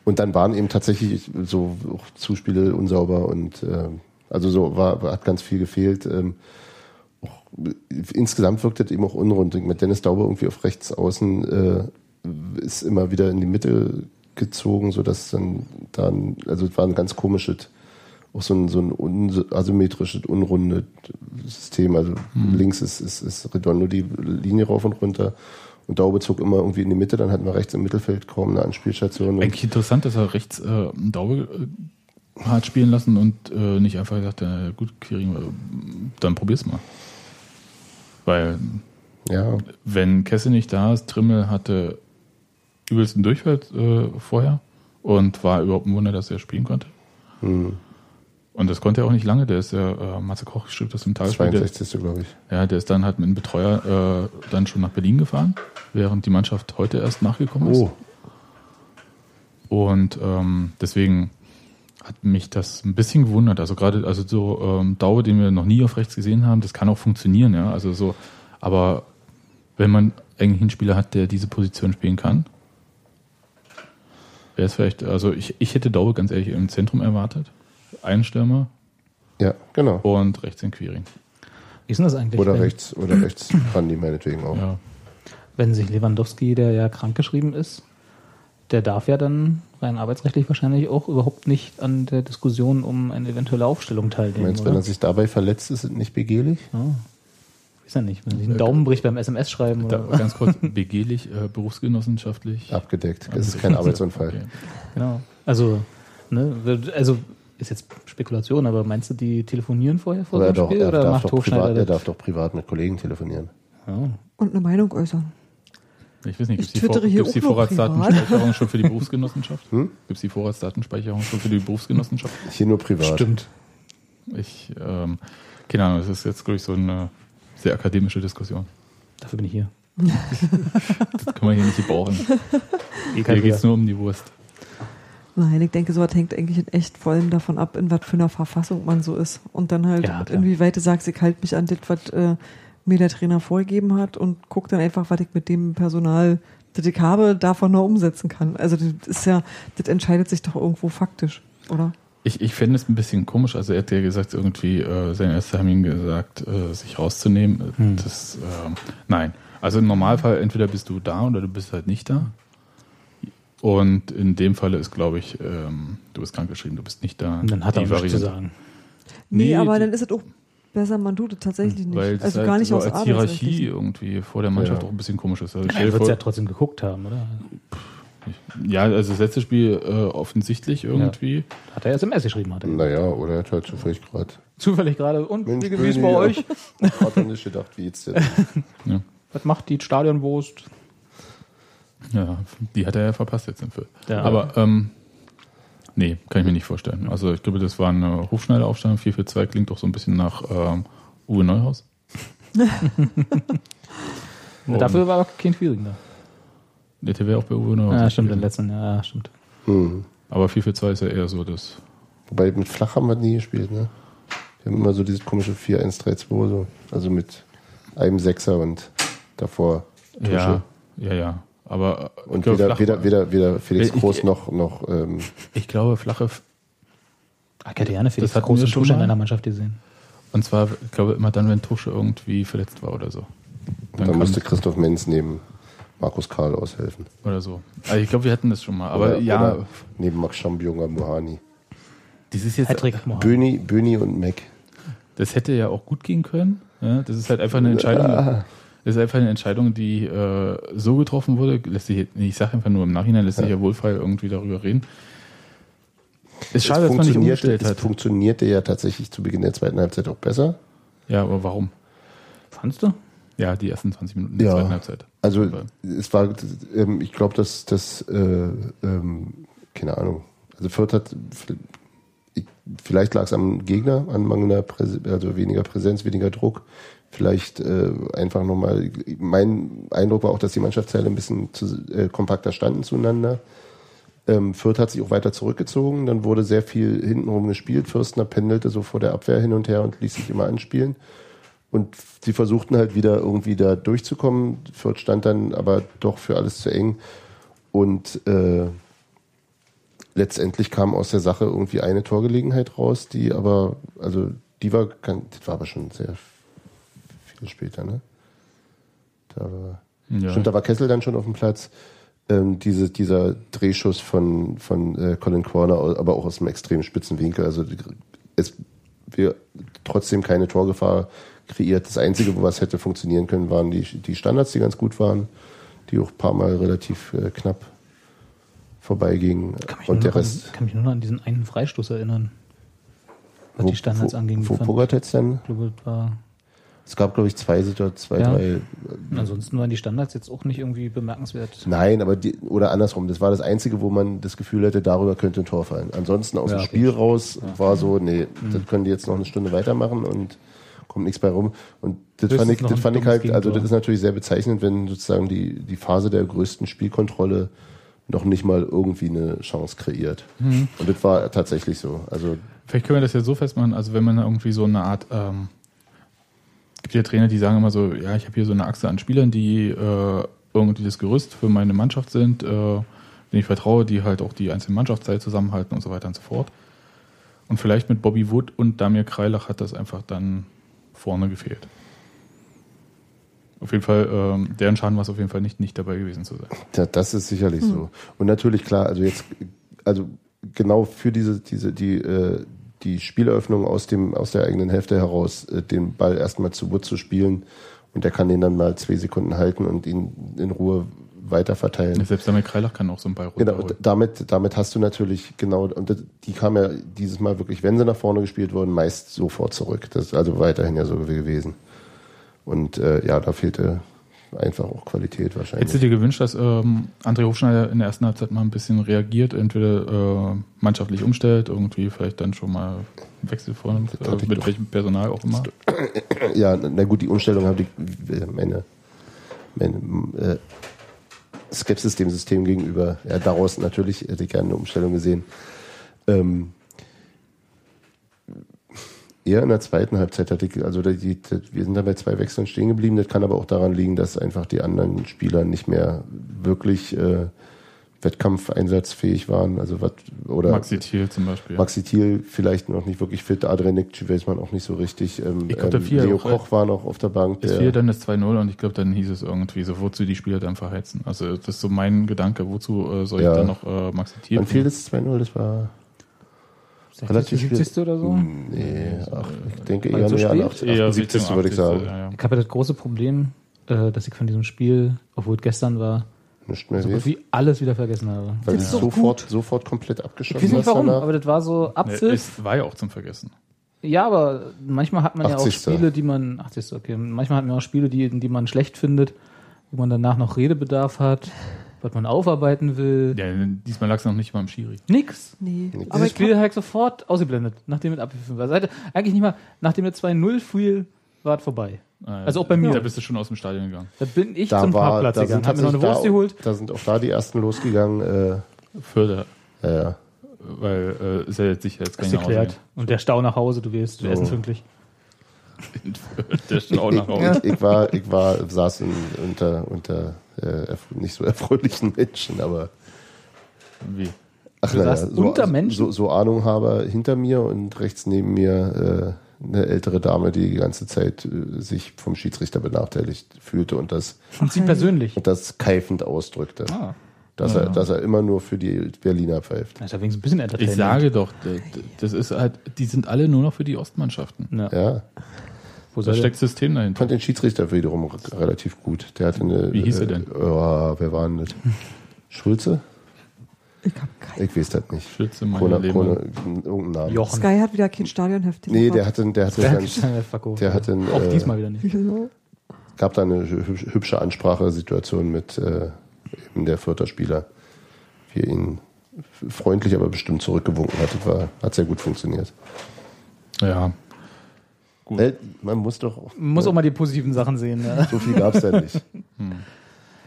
S4: Und dann waren eben tatsächlich so auch Zuspiele unsauber und ähm, also so war, hat ganz viel gefehlt. Ähm, auch, insgesamt wirkt das eben auch unrund. Mit Dennis Dauber irgendwie auf rechts außen äh, ist immer wieder in die Mitte gezogen, sodass dann dann, also es war ein ganz komisches, auch so ein, so ein un asymmetrisches, unrundes System. Also links ist, ist, ist Redondo die Linie rauf und runter. Und Daube zog immer irgendwie in die Mitte, dann hatten wir rechts im Mittelfeld kaum eine Anspielstation. Und
S1: Eigentlich interessant, dass er rechts äh, einen Daube äh, hart spielen lassen und äh, nicht einfach gesagt, äh, gut, Quirin, äh, dann probier's mal. Weil
S4: ja,
S1: wenn Kessel nicht da ist, Trimmel hatte übelsten Durchfall äh, vorher und war überhaupt ein Wunder, dass er spielen konnte. Und das konnte er auch nicht lange. Der ist ja, äh, Matze Koch schrieb das im Tagesspiel. Der,
S4: 62. glaube ich.
S1: ja, der ist dann halt mit einem Betreuer äh, dann schon nach Berlin gefahren, während die Mannschaft heute erst nachgekommen ist.
S4: Oh,
S1: Und ähm, deswegen hat mich das ein bisschen gewundert. Also gerade, also so ähm, Daube, den wir noch nie auf rechts gesehen haben, das kann auch funktionieren, ja. Also so, aber wenn man eigentlich einen Spieler hat, der diese Position spielen kann, wäre es vielleicht, also ich, ich hätte Daube ganz ehrlich im Zentrum erwartet. Einen Stürmer
S4: ja, genau.
S1: und rechts in Quirin.
S2: Wie ist denn das eigentlich?
S4: Oder
S2: wenn,
S4: rechts, oder rechts kann die meinetwegen auch.
S1: Ja.
S2: wenn sich Lewandowski, der ja krankgeschrieben ist, der darf ja dann rein arbeitsrechtlich wahrscheinlich auch überhaupt nicht an der Diskussion um eine eventuelle Aufstellung
S4: Du
S2: teilnehmen.
S4: meinst,
S2: oder?
S4: wenn er sich dabei verletzt, ist es nicht begehlich?
S2: ja. Ist ja nicht. Wenn sich ein Daumen bricht beim SMS schreiben
S1: Da,
S2: oder
S1: ganz kurz, begehrlich, äh, berufsgenossenschaftlich.
S4: Abgedeckt. Es ist kein Arbeitsunfall.
S1: Okay.
S2: Genau. Also, ne, also ist jetzt Spekulation, aber meinst du, die telefonieren vorher vor
S4: Aber er,
S2: dem
S4: doch,
S2: Spiel
S4: er,
S2: oder
S4: darf
S2: macht
S4: doch privat, er
S2: Hofschneider das?
S4: darf doch privat mit Kollegen telefonieren.
S2: Ja.
S3: Und eine Meinung äußern.
S1: Ich weiß nicht,
S3: Ich
S1: gibt es die,
S3: twittere
S1: Vor
S3: hier
S1: gibt's die
S3: auch nur
S1: Vorratsdatenspeicherung schon für die Berufsgenossenschaft?
S2: Hm?
S1: Gibt es die Vorratsdatenspeicherung schon für die Berufsgenossenschaft?
S4: Hier nur privat.
S2: Stimmt.
S1: Ich, ähm, keine Ahnung, das ist jetzt, glaube ich, so eine sehr akademische Diskussion.
S2: Dafür bin ich hier.
S1: Das kann man hier nicht gebrauchen. Hier geht es nur um die Wurst.
S3: Nein, ich denke, sowas hängt eigentlich in echt vor allem davon ab, in was für einer Verfassung man so ist. Und dann halt,
S2: Ja, klar.
S3: inwieweit du sagst, ich halte mich an das, was äh, mir der Trainer vorgegeben hat und guck dann einfach, was ich mit dem Personal das ich habe, davon nur umsetzen kann. Also das ist ja, das entscheidet sich doch irgendwo faktisch, oder?
S1: Ich, ich fände es ein bisschen komisch. Also er hat ja gesagt, irgendwie, äh, sein Ärzte haben ihm gesagt, äh, sich rauszunehmen.
S2: Hm.
S1: Das, ähm, nein. Also im Normalfall entweder bist du da oder du bist halt nicht da. Und in dem Falle ist, glaube ich, ähm, du bist krankgeschrieben, du bist nicht da.
S2: Und dann hat er
S1: Die
S2: auch nichts um zu
S1: Variante.
S2: sagen.
S3: Nee,
S1: Nee,
S3: aber
S1: die-
S3: dann ist es auch besser, man tut es tatsächlich nicht.
S1: Weil das
S3: also
S1: halt
S3: gar nicht
S1: so
S3: aus also
S1: als
S3: Arbeitsrechtlichen.
S1: Hierarchie irgendwie vor der Mannschaft
S4: Ja.
S1: auch ein bisschen komisch ist. Also stell
S2: Er
S1: dir
S2: wird
S1: vor,
S2: ja trotzdem geguckt haben, oder?
S1: ja, also das letzte Spiel äh, offensichtlich irgendwie.
S2: Hat er SMS geschrieben, hat er.
S4: Naja, oder er hat halt zufällig gerade.
S2: Zufällig gerade. Und
S4: Mensch,
S2: wie wie ist bei
S4: Böni,
S2: euch?
S4: Hat er nicht gedacht, wie jetzt denn?
S2: Was macht die Stadionwurst?
S1: Ja, die hat er ja verpasst jetzt im Film.
S2: Ja.
S1: Aber ähm, nee, kann ich mir nicht vorstellen. Also ich glaube, das war eine Hufschneideraufstellung. 4 für 2 klingt doch so ein bisschen nach ähm, Uwe Neuhaus.
S2: Na, Dafür war aber kein Feeling da.
S1: Der TV auch bei Uwe Neuhaus.
S2: Ja, stimmt, den letzten. Ja, stimmt.
S4: Hm.
S1: Aber 4 für 2 ist ja eher so das.
S4: Wobei mit Flach haben wir nie gespielt, ne? Wir haben immer so dieses komische 4-1-3-2, so. also mit einem Sechser und davor Tusche.
S1: Ja, ja, ja. Aber äh, ich
S4: Und
S1: glaube,
S4: weder,
S1: flach-
S4: weder, weder, weder Felix
S1: Ich- ich-
S4: Groß noch, noch ähm,
S1: ich glaube, flache
S2: Ah, ich hätte gerne für
S1: Das
S2: die
S1: hatten wir
S2: großen
S1: schon
S2: Tusche in
S1: mal.
S2: meiner Mannschaft gesehen.
S1: Und zwar, ich glaube, immer dann, wenn Tusche irgendwie verletzt war oder so.
S4: da
S1: kam-
S4: müsste Christoph Menz neben Markus Karl aushelfen.
S1: oder so. Also ich glaube, wir hatten das schon mal. Aber
S4: Oder-
S1: ja,
S4: oder neben Max Schambionga Mohani.
S1: dieses jetzt,
S2: Patrick Mohan.
S4: Böni, Böni und Mac.
S1: das hätte ja auch gut gehen können. Ja, das ist halt einfach eine Entscheidung. Das ist einfach eine Entscheidung, die äh, so getroffen wurde. Lässt sich, nee, ich sage einfach nur im Nachhinein, lässt sich ja wohlfrei irgendwie darüber reden. Ist schade, dass man nicht
S4: funktionierte-
S1: umgestellt
S4: es
S1: hat.
S4: funktionierte ja tatsächlich zu Beginn der zweiten Halbzeit auch besser.
S1: Ja, aber warum?
S2: Fandst du?
S1: Ja, die ersten 20 Minuten der
S4: Ja.
S1: zweiten Halbzeit.
S4: Also
S1: Aber-
S4: es war, ähm, ich glaube, dass das, äh, ähm, keine Ahnung. Also Fürth hat, ich- vielleicht lag es am Gegner, an mangelnder Präsenz, also weniger Präsenz, weniger Druck. Vielleicht äh, einfach nochmal, mein Eindruck war auch, dass die Mannschaftsteile ein bisschen zu, äh, kompakter standen zueinander. Ähm, Fürth hat sich auch weiter zurückgezogen, dann wurde sehr viel hintenrum gespielt. Fürstner pendelte so vor der Abwehr hin und her und ließ sich immer anspielen. Und sie versuchten halt wieder irgendwie da durchzukommen. Fürth stand dann aber doch für alles zu eng. Und äh, letztendlich kam aus der Sache irgendwie eine Torgelegenheit raus, die aber, also die war, kann, das war aber schon sehr viel später, ne? Da war,
S1: Ja.
S4: Stimmt, da war Kessel dann schon auf dem Platz. Ähm, diese, dieser Drehschuss von, von äh, Colin Corner, aber auch aus einem extrem spitzen Winkel. Also die- es wir trotzdem keine Torgefahr kreiert. Das Einzige, wo was hätte funktionieren können, waren die, die Standards, die ganz gut waren, die auch ein paar Mal relativ äh, knapp vorbeigingen.
S2: Kann mich, nur
S4: Und der
S2: noch
S4: Rest,
S2: an, kann mich nur noch an diesen einen Freistoß erinnern. Was
S4: wo,
S2: die Standards
S4: wo,
S2: anging. die
S4: wo
S2: fand-
S4: Pogatetz dann?
S2: Ich glaube, das war.
S4: Es gab, glaube ich, zwei Situationen, zwei,
S2: Ja.
S4: drei
S2: Und ansonsten waren die Standards jetzt auch nicht irgendwie bemerkenswert.
S4: Nein, aber die, oder andersrum, das war das Einzige, wo man das Gefühl hatte, darüber könnte ein Tor fallen. Ansonsten aus
S2: Ja, Mhm.
S4: dem
S2: okay.
S4: Spiel raus war so, nee, das können die jetzt noch eine Stunde weitermachen und kommt nichts bei rum. Und das
S2: Höchstens
S4: fand ich,
S2: noch
S4: das
S2: ein
S4: fand ich
S2: dummes
S4: halt, also
S2: Gegentor.
S4: das ist natürlich sehr bezeichnend, wenn sozusagen die, die Phase der größten Spielkontrolle noch nicht mal irgendwie eine Chance kreiert.
S2: Mhm.
S4: Und das war tatsächlich so. Also
S1: Vielleicht können wir das ja so festmachen, also wenn man irgendwie so eine Art, ähm, gibt ja Trainer, die sagen immer so, ja, ich habe hier so eine Achse an Spielern, die äh, irgendwie das Gerüst für meine Mannschaft sind, äh, denen ich vertraue, die halt auch die einzelnen Mannschaftsteile zusammenhalten und so weiter und so fort. Und vielleicht mit Bobby Wood und Damir Kreilach hat das einfach dann vorne gefehlt. Auf jeden Fall, ähm, deren Schaden war es auf jeden Fall nicht, nicht dabei gewesen zu sein.
S4: Ja, das ist sicherlich so. Und natürlich klar, also jetzt, also genau für diese, diese, die, äh, die Spieleröffnung aus dem, aus der eigenen Hälfte heraus, äh, den Ball erstmal zu Wood zu spielen und der kann den dann mal zwei Sekunden halten und ihn in Ruhe weiter verteilen.
S1: Selbst Damir Kreilach kann auch so einen Ball
S4: Genau,
S1: runterholen.
S4: und damit, damit hast du natürlich genau, und das- die kam ja dieses Mal wirklich, wenn sie nach vorne gespielt wurden, meist sofort zurück. Das ist also weiterhin ja so gewesen. Und äh, ja, da fehlte einfach auch Qualität wahrscheinlich.
S1: Hättest du dir gewünscht, dass ähm, André Hofschneider in der ersten Halbzeit mal ein bisschen reagiert, entweder äh, mannschaftlich umstellt, irgendwie vielleicht dann schon mal einen Wechsel vornimmt,
S4: Das hatte
S1: äh,
S4: ich
S1: mit
S4: doch.
S1: welchem Personal auch immer?
S4: ja, na gut, die Umstellung habe ich äh, meine, meine äh, Skepsis dem System gegenüber. Ja, daraus natürlich äh, hätte ich gerne eine Umstellung gesehen. Ähm, Eher in der zweiten Halbzeit hatte ich, also die, die, wir sind da bei zwei Wechseln stehen geblieben. Das kann aber auch daran liegen, dass einfach die anderen Spieler nicht mehr wirklich äh, Wettkampfeinsatzfähig waren. Also was oder
S1: Maxi Thiel zum Beispiel.
S4: Maxi Thiel vielleicht noch nicht wirklich fit, Adrian Nikci weiß man auch nicht so richtig. Ähm,
S1: Ich glaub, der
S4: ähm,
S1: Vier
S4: Leo
S1: auch,
S4: Koch war noch auf der Bank.
S1: Es fiel dann das 2-0 und ich glaube, dann hieß es irgendwie so, wozu die Spieler dann verheizen. Also das ist so mein Gedanke, wozu äh, soll
S4: Ja.
S1: ich dann noch äh, Maxi Thiel
S4: Wann fiel
S1: bringen?
S4: das 2-0? Das war relativ Hm.
S2: 60., 70. oder so.
S4: Nee, ach, ich denke
S2: War
S4: eher
S2: das so
S4: näher an
S2: spät?
S4: 8,
S1: Eher
S4: 78.
S1: Richtung
S4: würde ich
S1: 80.,
S4: sagen.
S1: Ja, ja.
S2: Ich habe ja das große Problem, äh, dass ich von diesem Spiel, obwohl es gestern war,
S4: Nicht mehr
S2: so
S4: weiß,
S2: gut wie alles wieder vergessen habe.
S4: weil
S3: Das
S4: es
S3: ist doch
S4: sofort,
S3: gut.
S4: sofort komplett
S2: Ich
S4: abgeschossen
S2: weiß nicht warum,
S4: danach.
S2: aber das war so
S1: Nee,
S2: Abpfiff.
S1: es war ja auch zum Vergessen.
S2: Ja, aber manchmal hat man ja auch
S4: 80..
S2: Spiele, die man, 80. okay, manchmal hat man auch Spiele, die, die man schlecht findet, wo man danach noch Redebedarf hat, was man aufarbeiten will.
S1: Ja, diesmal lag es noch nicht mal im Schiri.
S2: Nix.
S3: Nee, aber
S2: Aber das
S3: ich kann,
S2: Spiel habe ich sofort ausgeblendet, nachdem es abgepfiffen war. Seit, eigentlich nicht mal, nachdem es 2-0 fiel, war es vorbei.
S1: Äh,
S2: Also auch bei mir.
S1: Da bist du schon aus dem Stadion gegangen.
S2: Da bin ich
S4: da
S2: zum
S4: war,
S2: Parkplatz
S4: da
S2: gegangen,
S4: sind
S2: hab mir noch eine
S4: tatsächlich
S2: Wurst geholt.
S4: da, da sind auch da die ersten losgegangen.
S1: Förder,
S4: Äh, ja,
S1: weil äh, ist ja jetzt sicher jetzt
S2: Das
S1: kein
S2: ist geklärt. Genau, Und der Stau nach Hause, du wirst, wir essen pünktlich.
S1: Der Schlau nach
S4: ich,
S1: Hause.
S4: ich, ich war, ich war, saß in, unter, unter äh, erf- nicht so erfreulichen Menschen, aber
S1: Wie?
S4: ach
S2: Du
S4: naja,
S2: saßt
S4: so, also
S2: unter Menschen?
S4: so, so Ahnung habe hinter mir und rechts neben mir äh, eine ältere Dame, die die ganze Zeit äh, sich vom Schiedsrichter benachteiligt fühlte und das
S2: Und sie persönlich.
S4: und das keifend ausdrückte.
S2: Ah,
S4: Dass, er, dass er immer nur für die Berliner pfeift.
S2: das ist ja wenigstens ein bisschen
S1: Ich
S2: Entertainment.
S1: sage doch, d- d- das ist halt, die sind alle nur noch für die Ostmannschaften.
S2: Na,
S4: Ja,
S2: wo
S1: Da
S2: soll der-
S1: steckt System
S4: ich
S1: dahinter.
S4: fand den Schiedsrichter wiederum r- relativ gut. Der hatte eine.
S1: Wie hieß er
S4: äh,
S1: denn?
S4: ja, wer war denn das? Schulze?
S3: ich hab keinen.
S4: Ich weiß das nicht.
S1: Schütze meine
S4: Krone,
S1: Leber.
S4: Krone, irgendeinen Namen.
S2: Jochen.
S3: Sky hat wieder kein Stadionheft.
S4: Nee, der hatte, der hatte ganz, der hat den,
S2: Auch
S4: äh,
S2: diesmal wieder nicht.
S3: Wieso?
S4: gab da eine hübsch- hübsche Ansprachesituation mit äh, eben der Fürther Spieler, wie er ihn f- freundlich, aber bestimmt zurückgewunken hatte. War, hat sehr gut funktioniert.
S1: Ja.
S4: Äh, man muss doch.
S2: Muss auch mal die positiven Sachen sehen. Ne?
S4: so viel gab es ja nicht.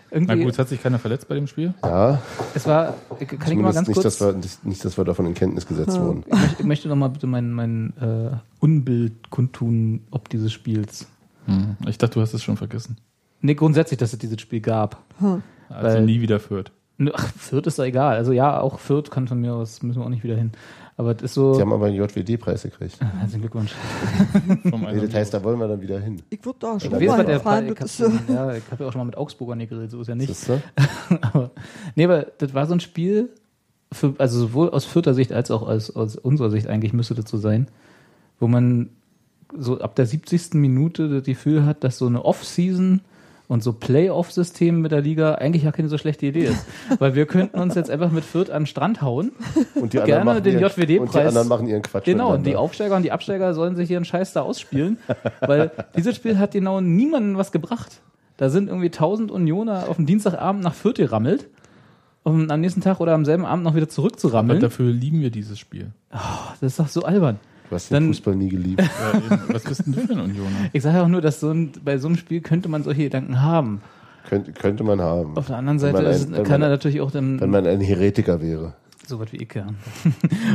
S1: Na
S2: Irgendwie,
S1: gut, es hat sich keiner verletzt bei dem Spiel.
S4: Ja,
S2: es war, ich- kann ich mal ganz
S4: zumindest nicht
S2: kurz,
S4: dass, wir, nicht, nicht, dass wir davon in Kenntnis gesetzt wurden.
S2: ich möchte- ich möchte noch mal bitte mein, mein äh, Unbild kundtun, ob dieses Spiels.
S1: Hm. Ich dachte, du hast es schon vergessen.
S2: Nee, grundsätzlich, dass es dieses Spiel gab.
S3: Hm.
S1: Also
S2: Weil-
S1: nie wieder Fürth.
S2: Nö, Ach, Fürth ist doch egal. Also ja, auch Fürth kann von mir aus, müssen wir auch nicht wieder hin. Aber das ist so,
S4: Die haben aber einen JWD-Preis gekriegt.
S2: herzlichen Glückwunsch.
S1: Vom
S4: Nee,
S2: genau.
S4: das heißt, da wollen wir dann wieder hin.
S3: Ich würde da schon
S4: Wer
S2: Wer ist
S4: war
S2: bei
S3: mal
S2: der
S3: fahren.
S2: ich
S3: das ist,
S2: hab- ja, ich habe ja auch schon mal mit Augsburgern geredet, so ist ja nicht.
S4: Siehst du?
S2: aber, nee, aber das war so ein Spiel, für, also sowohl aus Fürther Sicht als auch aus, aus unserer Sicht eigentlich müsste das so sein, wo man so ab der 70. Minute das Gefühl hat, dass so eine Off-Season und so Playoff-System mit der Liga eigentlich ja keine so schlechte Idee ist. Weil wir könnten uns jetzt einfach mit Fürth an den Strand hauen.
S4: Und die
S2: Gerne den
S4: ihren-
S2: JWD
S4: Und die
S2: Preis.
S4: anderen machen ihren Quatsch.
S2: Genau, und die
S4: miteinander.
S2: Aufsteiger und die Absteiger sollen sich ihren Scheiß da ausspielen, weil dieses Spiel hat genau niemandem was gebracht. Da sind irgendwie 1000 Unioner auf dem Dienstagabend nach Fürth gerammelt, um am nächsten Tag oder am selben Abend noch wieder
S1: Aber
S2: zurückzurammeln.
S1: dafür lieben wir dieses Spiel.
S2: Das ist doch so albern.
S4: Du hast den
S2: Dann-
S4: Fußball nie geliebt.
S1: Ja, eben. Was bist denn du für ein Unioner?
S2: Ich sage auch nur, dass so ein, bei so einem Spiel könnte man solche Gedanken haben.
S4: Könnte, könnte man haben.
S2: Auf der anderen
S4: Wenn
S2: Seite
S4: man
S2: ist,
S4: ein- wenn
S2: kann er
S4: man-
S2: natürlich auch
S4: Wenn
S2: dann
S4: man ein Heretiker wäre.
S2: so was wie ich. Ja.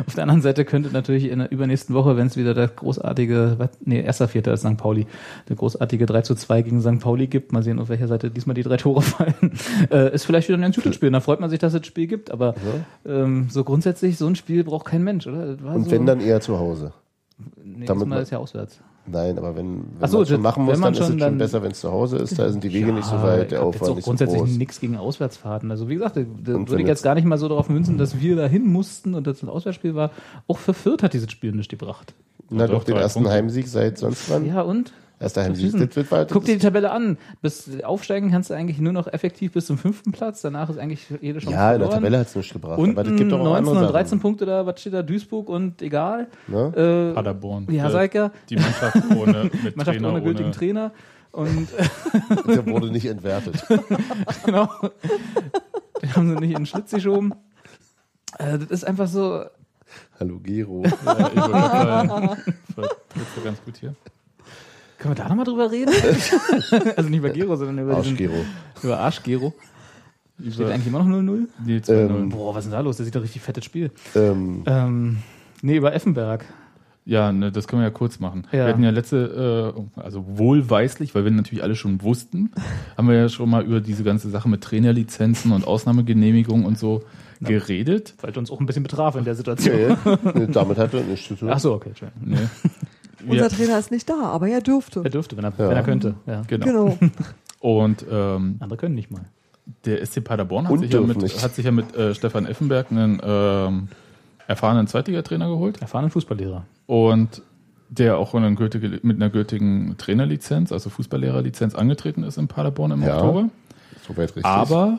S2: Auf der anderen Seite könnte natürlich in der übernächsten Woche, wenn es wieder das großartige, was- nee, erster Vierter ist St. Pauli, der großartige 3 zu 2 gegen St. Pauli gibt, mal sehen, auf welcher Seite diesmal die drei Tore fallen, äh, ist vielleicht wieder ein ganz gutes Spiel. Da freut man sich, dass es das Spiel gibt, aber ähm, so grundsätzlich, so ein Spiel braucht kein Mensch, oder? Das war
S4: Und
S2: so,
S4: wenn, dann eher zu Hause.
S2: nee,
S4: damit
S2: damit mal
S4: man-
S2: ist ja auswärts.
S4: Nein, aber wenn, wenn
S2: Ach so,
S4: man schon
S2: das-
S4: machen muss,
S2: wenn man
S4: dann ist es
S2: schon,
S4: schon
S2: dann-
S4: besser, wenn es zu Hause ist. Da sind die Wege nicht so
S2: Ah,
S4: weit,
S2: ich
S4: der
S2: hab jetzt auch
S4: Aufwand nicht so groß.
S2: grundsätzlich nichts gegen Auswärtsfahrten. Also wie gesagt, da, da
S4: Und
S2: würde
S4: wenn
S2: ich
S4: jetzt-
S2: jetzt gar nicht mal so darauf münzen, dass wir da hin mussten und das ein Auswärtsspiel war. Auch für Fürth hat dieses Spiel nicht gebracht.
S4: Na doch,
S1: Doch,
S4: den
S1: drei
S4: ersten
S1: Punkte.
S4: Heimsieg seit sonst wann.
S2: Ja und?
S4: Erster
S2: Das
S4: Heimsieg,
S2: wissen.
S4: das wird weiter.
S2: Guck dir die Tabelle an. Bis aufsteigen kannst du eigentlich nur noch effektiv bis zum fünften Platz. Danach ist eigentlich jede Chance
S4: ja, in der
S2: verloren.
S4: Tabelle hat es nicht gebracht.
S2: Unten
S4: aber das gibt doch auch
S2: 19 und
S4: andere
S2: 13
S4: Sachen.
S2: Punkte da, was steht da? Duisburg und egal.
S4: Ne?
S2: Äh,
S1: Paderborn.
S2: ja, sag ich ja.
S1: Die Mannschaft ohne mit
S2: Mannschaft
S1: Trainer,
S2: ohne gültigen Trainer. Und äh,
S4: Der wurde nicht entwertet.
S2: genau. Den haben sie nicht in den Schlitz geschoben. Äh, das ist einfach so.
S4: Hallo Gero.
S1: Ja, ich wollte gerade sagen, vertrittst du ganz gut hier.
S2: Können wir da nochmal drüber reden? also nicht über Gero, sondern über,
S4: Arsch
S2: diesen,
S4: Gero.
S2: über Arsch-Gero. Steht
S1: Über,
S2: eigentlich immer noch 0-0?
S1: nee, 2-0.
S4: Ähm,
S2: Boah, was ist denn da los? Das sieht doch richtig fettes Spiel.
S4: Ähm,
S2: Ähm, nee, über Effenberg.
S1: Ja, ne, das können wir ja kurz machen.
S2: Ja.
S1: Wir hatten ja letzte, äh, also wohlweislich, weil wir natürlich alle schon wussten, haben wir ja schon mal über diese ganze Sache mit Trainerlizenzen und Ausnahmegenehmigung und so geredet.
S2: Weil uns auch ein bisschen betraf in der Situation.
S4: Nee, nee, ne, damit hat er nichts zu tun.
S2: Ach so, okay, Entschuldigung.
S1: Ne?
S3: Unser
S1: Ja,
S3: Trainer ist nicht da, aber er dürfte.
S2: Er dürfte, wenn er, wenn er könnte. Ja.
S1: genau.
S3: Genau.
S1: Und ähm,
S2: Andere können nicht mal.
S1: der SC Paderborn hat
S4: Und
S1: sich, ja
S4: dürfen
S1: mit,
S4: nicht.
S1: hat sich ja mit äh, Stefan Effenberg einen ähm, erfahrenen Zweitliga-Trainer geholt.
S2: Erfahrenen Fußballlehrer.
S1: und der auch in einer gültige, mit einer gültigen Trainerlizenz, also Fußballlehrerlizenz, angetreten ist in Paderborn im
S4: Ja,
S1: Oktober.
S4: Soweit richtig.
S1: Aber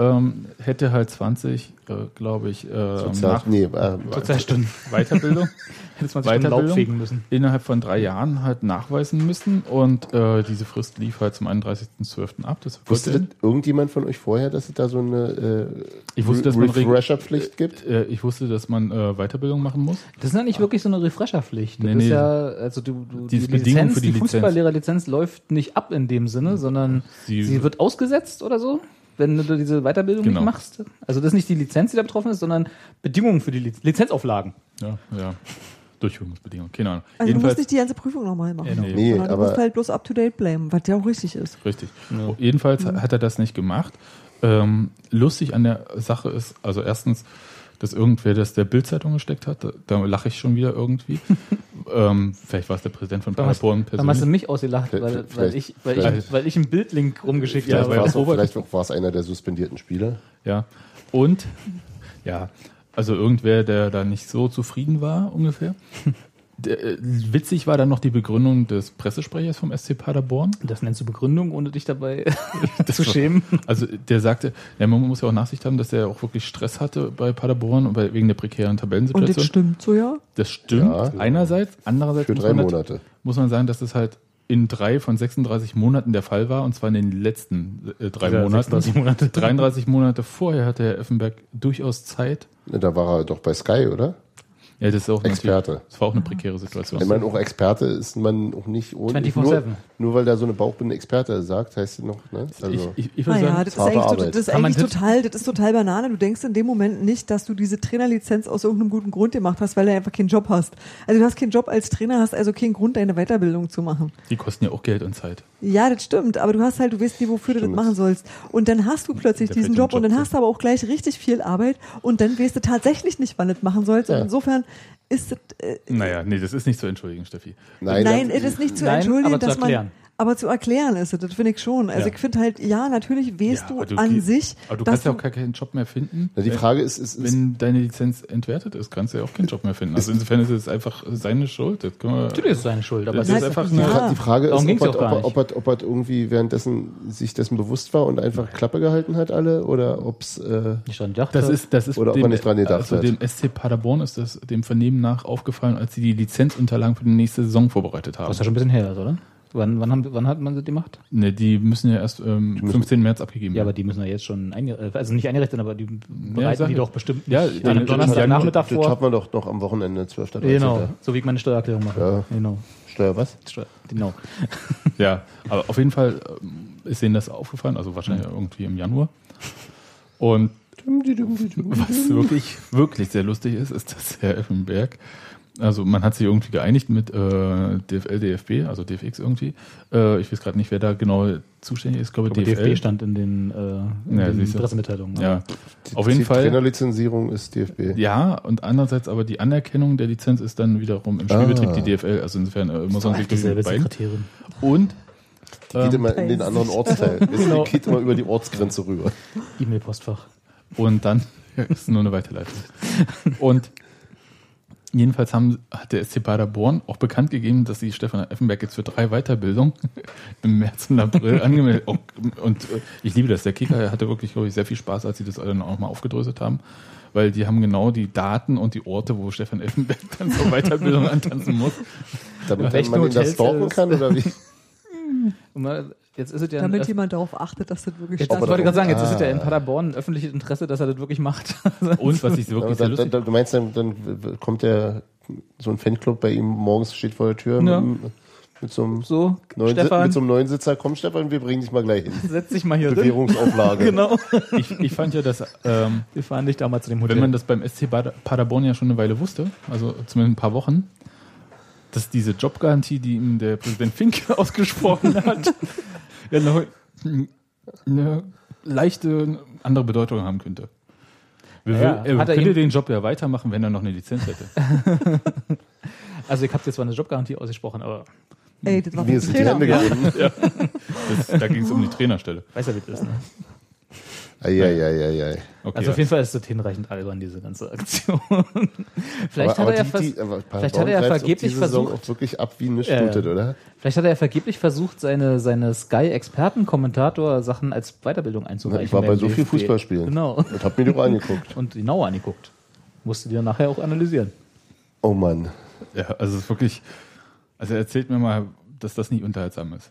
S1: ähm, hätte halt 20, äh, glaube ich, äh,
S4: Sozial,
S1: nach
S4: nee, äh,
S2: Stunden.
S1: Weiterbildung
S2: Hätte 20 Stunden Laub
S1: Weiterbildung?
S2: fegen müssen.
S1: innerhalb von drei Jahren halt nachweisen müssen. Und äh, diese Frist lief halt zum 31.12. ab. Das
S4: wusste
S1: wollte-
S4: das irgendjemand von euch vorher, dass es da so eine äh,
S1: Ich wusste, dass man reg-
S4: Refresher-Pflicht gibt?
S1: äh, ich wusste, dass man äh, Weiterbildung machen muss.
S2: Das ist ja nicht wirklich so eine Refresherpflicht. Das
S1: Nee,
S2: ist
S1: nee.
S2: ja, also du, du
S1: Die Bedingung für die
S2: Ah. die Hm.
S1: Lizenz.
S2: Fußballlehrerlizenz läuft nicht ab in dem Sinne, sondern
S1: Sie-
S2: sie, wird ausgesetzt oder so, wenn du diese Weiterbildung
S1: Genau.
S2: nicht machst. Also das ist nicht die Lizenz, die da betroffen ist, sondern Bedingungen für die Liz Lizenzauflagen.
S1: Ja, ja. Durchführungsbedingungen, keine Ahnung.
S3: Also du musst nicht die ganze Prüfung nochmal machen.
S1: Genau.
S4: Nee,
S3: sondern du
S4: aber-
S3: musst halt bloß up to date bleiben, was ja auch richtig ist.
S1: Richtig. Jedenfalls
S2: Mhm.
S1: hat er das nicht gemacht. Ähm, lustig an der Sache ist, also erstens, dass irgendwer das der Bildzeitung gesteckt hat. Da, da lache ich schon wieder irgendwie. ähm, vielleicht war es der Präsident von
S2: hast,
S1: Paderborn
S2: dann hast du
S1: persönlich.
S2: mich ausgelacht, weil,
S4: Vielleicht-
S2: weil, ich, weil, ich,
S4: vielleicht-
S2: weil ich einen Bildlink rumgeschickt
S1: Ja,
S4: Vielleicht
S1: aber
S2: habe.
S4: war es auch-
S1: Robert-
S4: vielleicht auch- war es einer der suspendierten Spieler.
S1: Ja. Und ja, also irgendwer, der da nicht so zufrieden war ungefähr. Der, äh, witzig war dann noch die Begründung des Pressesprechers vom SC Paderborn.
S2: Das nennst du Begründung, ohne dich dabei zu schämen.
S1: Also der sagte, ja, man muss ja auch Nachsicht haben, dass er auch wirklich Stress hatte bei Paderborn und bei, wegen der prekären
S3: Und
S1: Tabellensituation.
S3: das stimmt so, ja?
S1: Das stimmt
S4: Ja.
S1: einerseits, andererseits
S4: Für
S1: muss,
S4: drei
S1: man nat-
S4: Monate.
S1: muss man sagen, dass das halt in drei von 36 Monaten der Fall war, und zwar in den letzten äh, drei
S2: Ja,
S1: Monaten.
S2: 36 Monate.
S1: 33 Monate vorher hatte Herr Effenberg durchaus Zeit.
S4: Ne, Da war er doch bei Sky, oder?
S1: Ja, das ist auch natürlich-
S4: Experte.
S1: Das war auch eine prekäre
S4: Ich
S1: Situation.
S4: meine, auch Experte ist man auch nicht ohne.
S2: 24/7.
S4: Nur, nur weil da so eine Bauchbinde Experte sagt, heißt es noch, ne? Also,
S1: ich, ich würde
S3: Naja,
S1: sagen,
S3: das ist
S4: harte
S3: eigentlich, to-
S4: Arbeit.
S3: das ist
S2: Kann man
S3: eigentlich
S2: das-
S3: total, das ist total Banane. Du denkst in dem Moment nicht, dass du diese Trainerlizenz aus irgendeinem guten Grund gemacht hast, weil du einfach keinen Job hast. Also du hast keinen Job als Trainer, hast also keinen Grund, deine Weiterbildung zu machen.
S1: die kosten ja auch Geld und Zeit.
S3: Ja, das stimmt, aber du hast halt, du weißt nie, wofür du das
S4: Stimmt.
S3: machen sollst. Und dann hast du plötzlich
S1: Der fällt in
S3: diesen
S1: den
S3: Job, und
S1: Job
S3: dann
S1: zu.
S3: hast du aber auch gleich richtig viel Arbeit und dann weißt du tatsächlich nicht, wann du das machen sollst. Und
S4: Ja.
S3: insofern ist das, äh,
S1: Naja, nee, das ist nicht zu entschuldigen, Steffi.
S4: nein,
S3: Nein,
S4: das-
S3: es ist nicht zu
S2: Nein,
S3: entschuldigen,
S2: aber zu
S3: dass
S2: erklären.
S3: man. Aber zu erklären ist es, das finde ich schon. Also
S1: Ja.
S3: ich finde halt, ja, natürlich
S1: Ja,
S3: weißt
S1: aber
S3: du
S1: du
S3: an
S1: geh-
S3: sich,
S1: Aber du
S3: dass
S1: kannst ja
S3: du
S1: auch gar keinen Job mehr finden. Äh,
S4: Na, die Frage ist, ist, ist
S1: wenn deine Lizenz entwertet ist, kannst du ja auch keinen Job mehr finden. Also insofern ist es einfach seine Schuld. Das können wir,
S2: Natürlich ist es seine Schuld, aber
S1: das
S2: es
S1: ist
S2: ist
S3: Nein,
S1: einfach
S3: ja.
S1: eine,
S4: die Frage
S2: Darum
S4: ist, ob
S2: ging's
S4: er,
S2: auch gar
S4: ob, er,
S2: nicht.
S4: ob, er, ob er irgendwie währenddessen sich dessen bewusst war und einfach Klappe gehalten hat alle oder ob's äh,
S2: nicht dran gedacht.
S1: Das
S2: hat.
S1: ist, das ist
S4: Oder ob man nicht dran gedacht
S1: also
S4: hat.
S1: dem SC Paderborn ist das dem Vernehmen nach aufgefallen, als sie die Lizenzunterlagen für die nächste Saison vorbereitet haben.
S2: was ja schon ein bisschen her ist, oder? Wann, wann, haben, wann hat man das gemacht?
S1: Ne, die müssen ja erst ähm, 15. März abgegeben
S2: Ja, aber
S1: werden.
S2: die müssen ja jetzt schon, einge äh, also nicht eingerechnet, aber die bereiten
S1: sag
S2: die
S1: ich.
S2: doch bestimmt
S1: Ja,
S2: nicht
S1: den-
S2: an
S1: den-
S2: einem Donnerstagnachmittag
S4: das
S2: vor.
S4: schaffen wir doch noch am Wochenende 12. 13.
S2: Genau, so wie ich meine Steuererklärung mache.
S4: Ja.
S2: Genau.
S4: Steuer was?
S2: Steu- genau.
S1: Ja, aber auf jeden Fall ähm, ist denen das aufgefallen, also wahrscheinlich irgendwie im Januar. Und was wirklich, wirklich sehr lustig ist, ist, dass Herr Effenberg, also man hat sich irgendwie geeinigt mit äh, DFL, DFB, also DFX irgendwie. Äh, ich weiß gerade nicht, wer da genau zuständig ist, glaube
S2: Aber
S1: ich,
S2: DFB
S1: DFL.
S2: stand in den, äh, in
S1: Ja,
S2: den
S1: siehst du.
S2: Pressemitteilungen.
S1: ja, auf jeden
S4: die
S1: Fall.
S4: Trainerlizenzierung ist DFB.
S1: Ja, und andererseits aber die Anerkennung der Lizenz ist dann wiederum im Spielbetrieb
S4: Ah.
S1: die DFL. Also insofern äh, muss man sich
S2: Eigentlich
S1: durch
S2: dieselbe
S1: die beiden.
S2: Sekretärin.
S1: Und
S4: Die
S2: Ähm,
S4: geht immer in den anderen Ortsteil. genau. Die geht immer über die Ortsgrenze rüber.
S2: E-Mail-Postfach.
S1: Und dann ja, ist nur eine Weiterleitung. Und jedenfalls haben, hat der SC Paderborn auch bekannt gegeben, dass sie Stefan Effenberg jetzt für drei Weiterbildungen im März und April angemeldet auch- Und äh, ich liebe das. Der Kicker hatte wirklich, glaube ich, sehr viel Spaß, als sie das alle noch mal aufgedröselt haben. Weil die haben genau die Daten und die Orte, wo Stefan Effenberg dann zur Weiterbildung antanzen muss.
S4: Damit
S2: Welchen
S4: man ihn da
S2: Hotels
S4: stalken
S2: ist-
S4: kann oder wie?
S2: Und mal, jetzt ist es ja ein
S3: damit
S2: Öff-
S3: jemand darauf achtet, dass das wirklich
S2: Jetzt,
S3: stimmt.
S2: ich wollte gerade sagen, jetzt ist es ja in
S4: Ah.
S2: Paderborn ein öffentliches Interesse, dass er das wirklich macht.
S1: Und was ich
S4: Aber
S1: wirklich sehr
S4: dann,
S1: lustig
S4: dann, du meinst, dann, dann kommt der so ein Fanclub bei ihm morgens steht vor der Tür
S2: Ja.
S4: mit, einem- mit so einem
S2: so,
S4: neuen mit so
S2: Stefan,
S4: einem neuen Sitzer. Komm, Stefan, wir bringen dich mal gleich hin.
S2: setz dich mal hier drin.
S4: Bewährungsauflage.
S2: Genau.
S1: ich, ich fand ja, dass ähm,
S2: Wir fahren dich da mal zu dem Hotel.
S1: wenn man das beim SC Bad- Paderborn ja schon eine Weile wusste, also zumindest ein paar Wochen, dass diese Jobgarantie, die ihm der Präsident Fink ausgesprochen hat, ja noch eine leichte andere Bedeutung haben könnte. Wir
S2: Ja,
S1: will, er
S2: hat er
S1: könnte
S2: ihm-
S1: den Job ja weitermachen, wenn er noch eine Lizenz hätte.
S2: Also ich habe jetzt zwar eine Jobgarantie ausgesprochen, aber
S3: Ey, das war
S4: Mir sind die Hände gebunden.
S1: Das, da ging es um die Trainerstelle.
S2: weiß ja, wie das ist. Ne?
S4: Eieieiei.
S1: Okay,
S2: Also auf jeden Fall ist das hinreichend albern, diese ganze Aktion. vielleicht, hat er ja
S4: die-
S2: fast,
S4: die- aber
S2: vielleicht
S4: Paderborn
S2: hat er ja
S4: treibt's auf
S2: vergeblich
S4: diese Saison
S2: versucht-
S4: auch wirklich ab wie nichts
S2: Ja, ja.
S4: blutet, oder?
S2: vielleicht hat er ja vergeblich versucht, seine, seine Sky-Experten-Kommentator-Sachen als Weiterbildung einzureichen.
S4: Ich war bei
S2: beim
S4: so viel
S2: DFB.
S4: Fußballspielen
S2: Genau.
S4: und hab mir die auch angeguckt.
S2: Und genauer angeguckt. Musste die dann nachher auch analysieren.
S4: Oh Mann.
S1: Ja, also es ist wirklich. Also erzählt mir mal, dass das nicht unterhaltsam ist.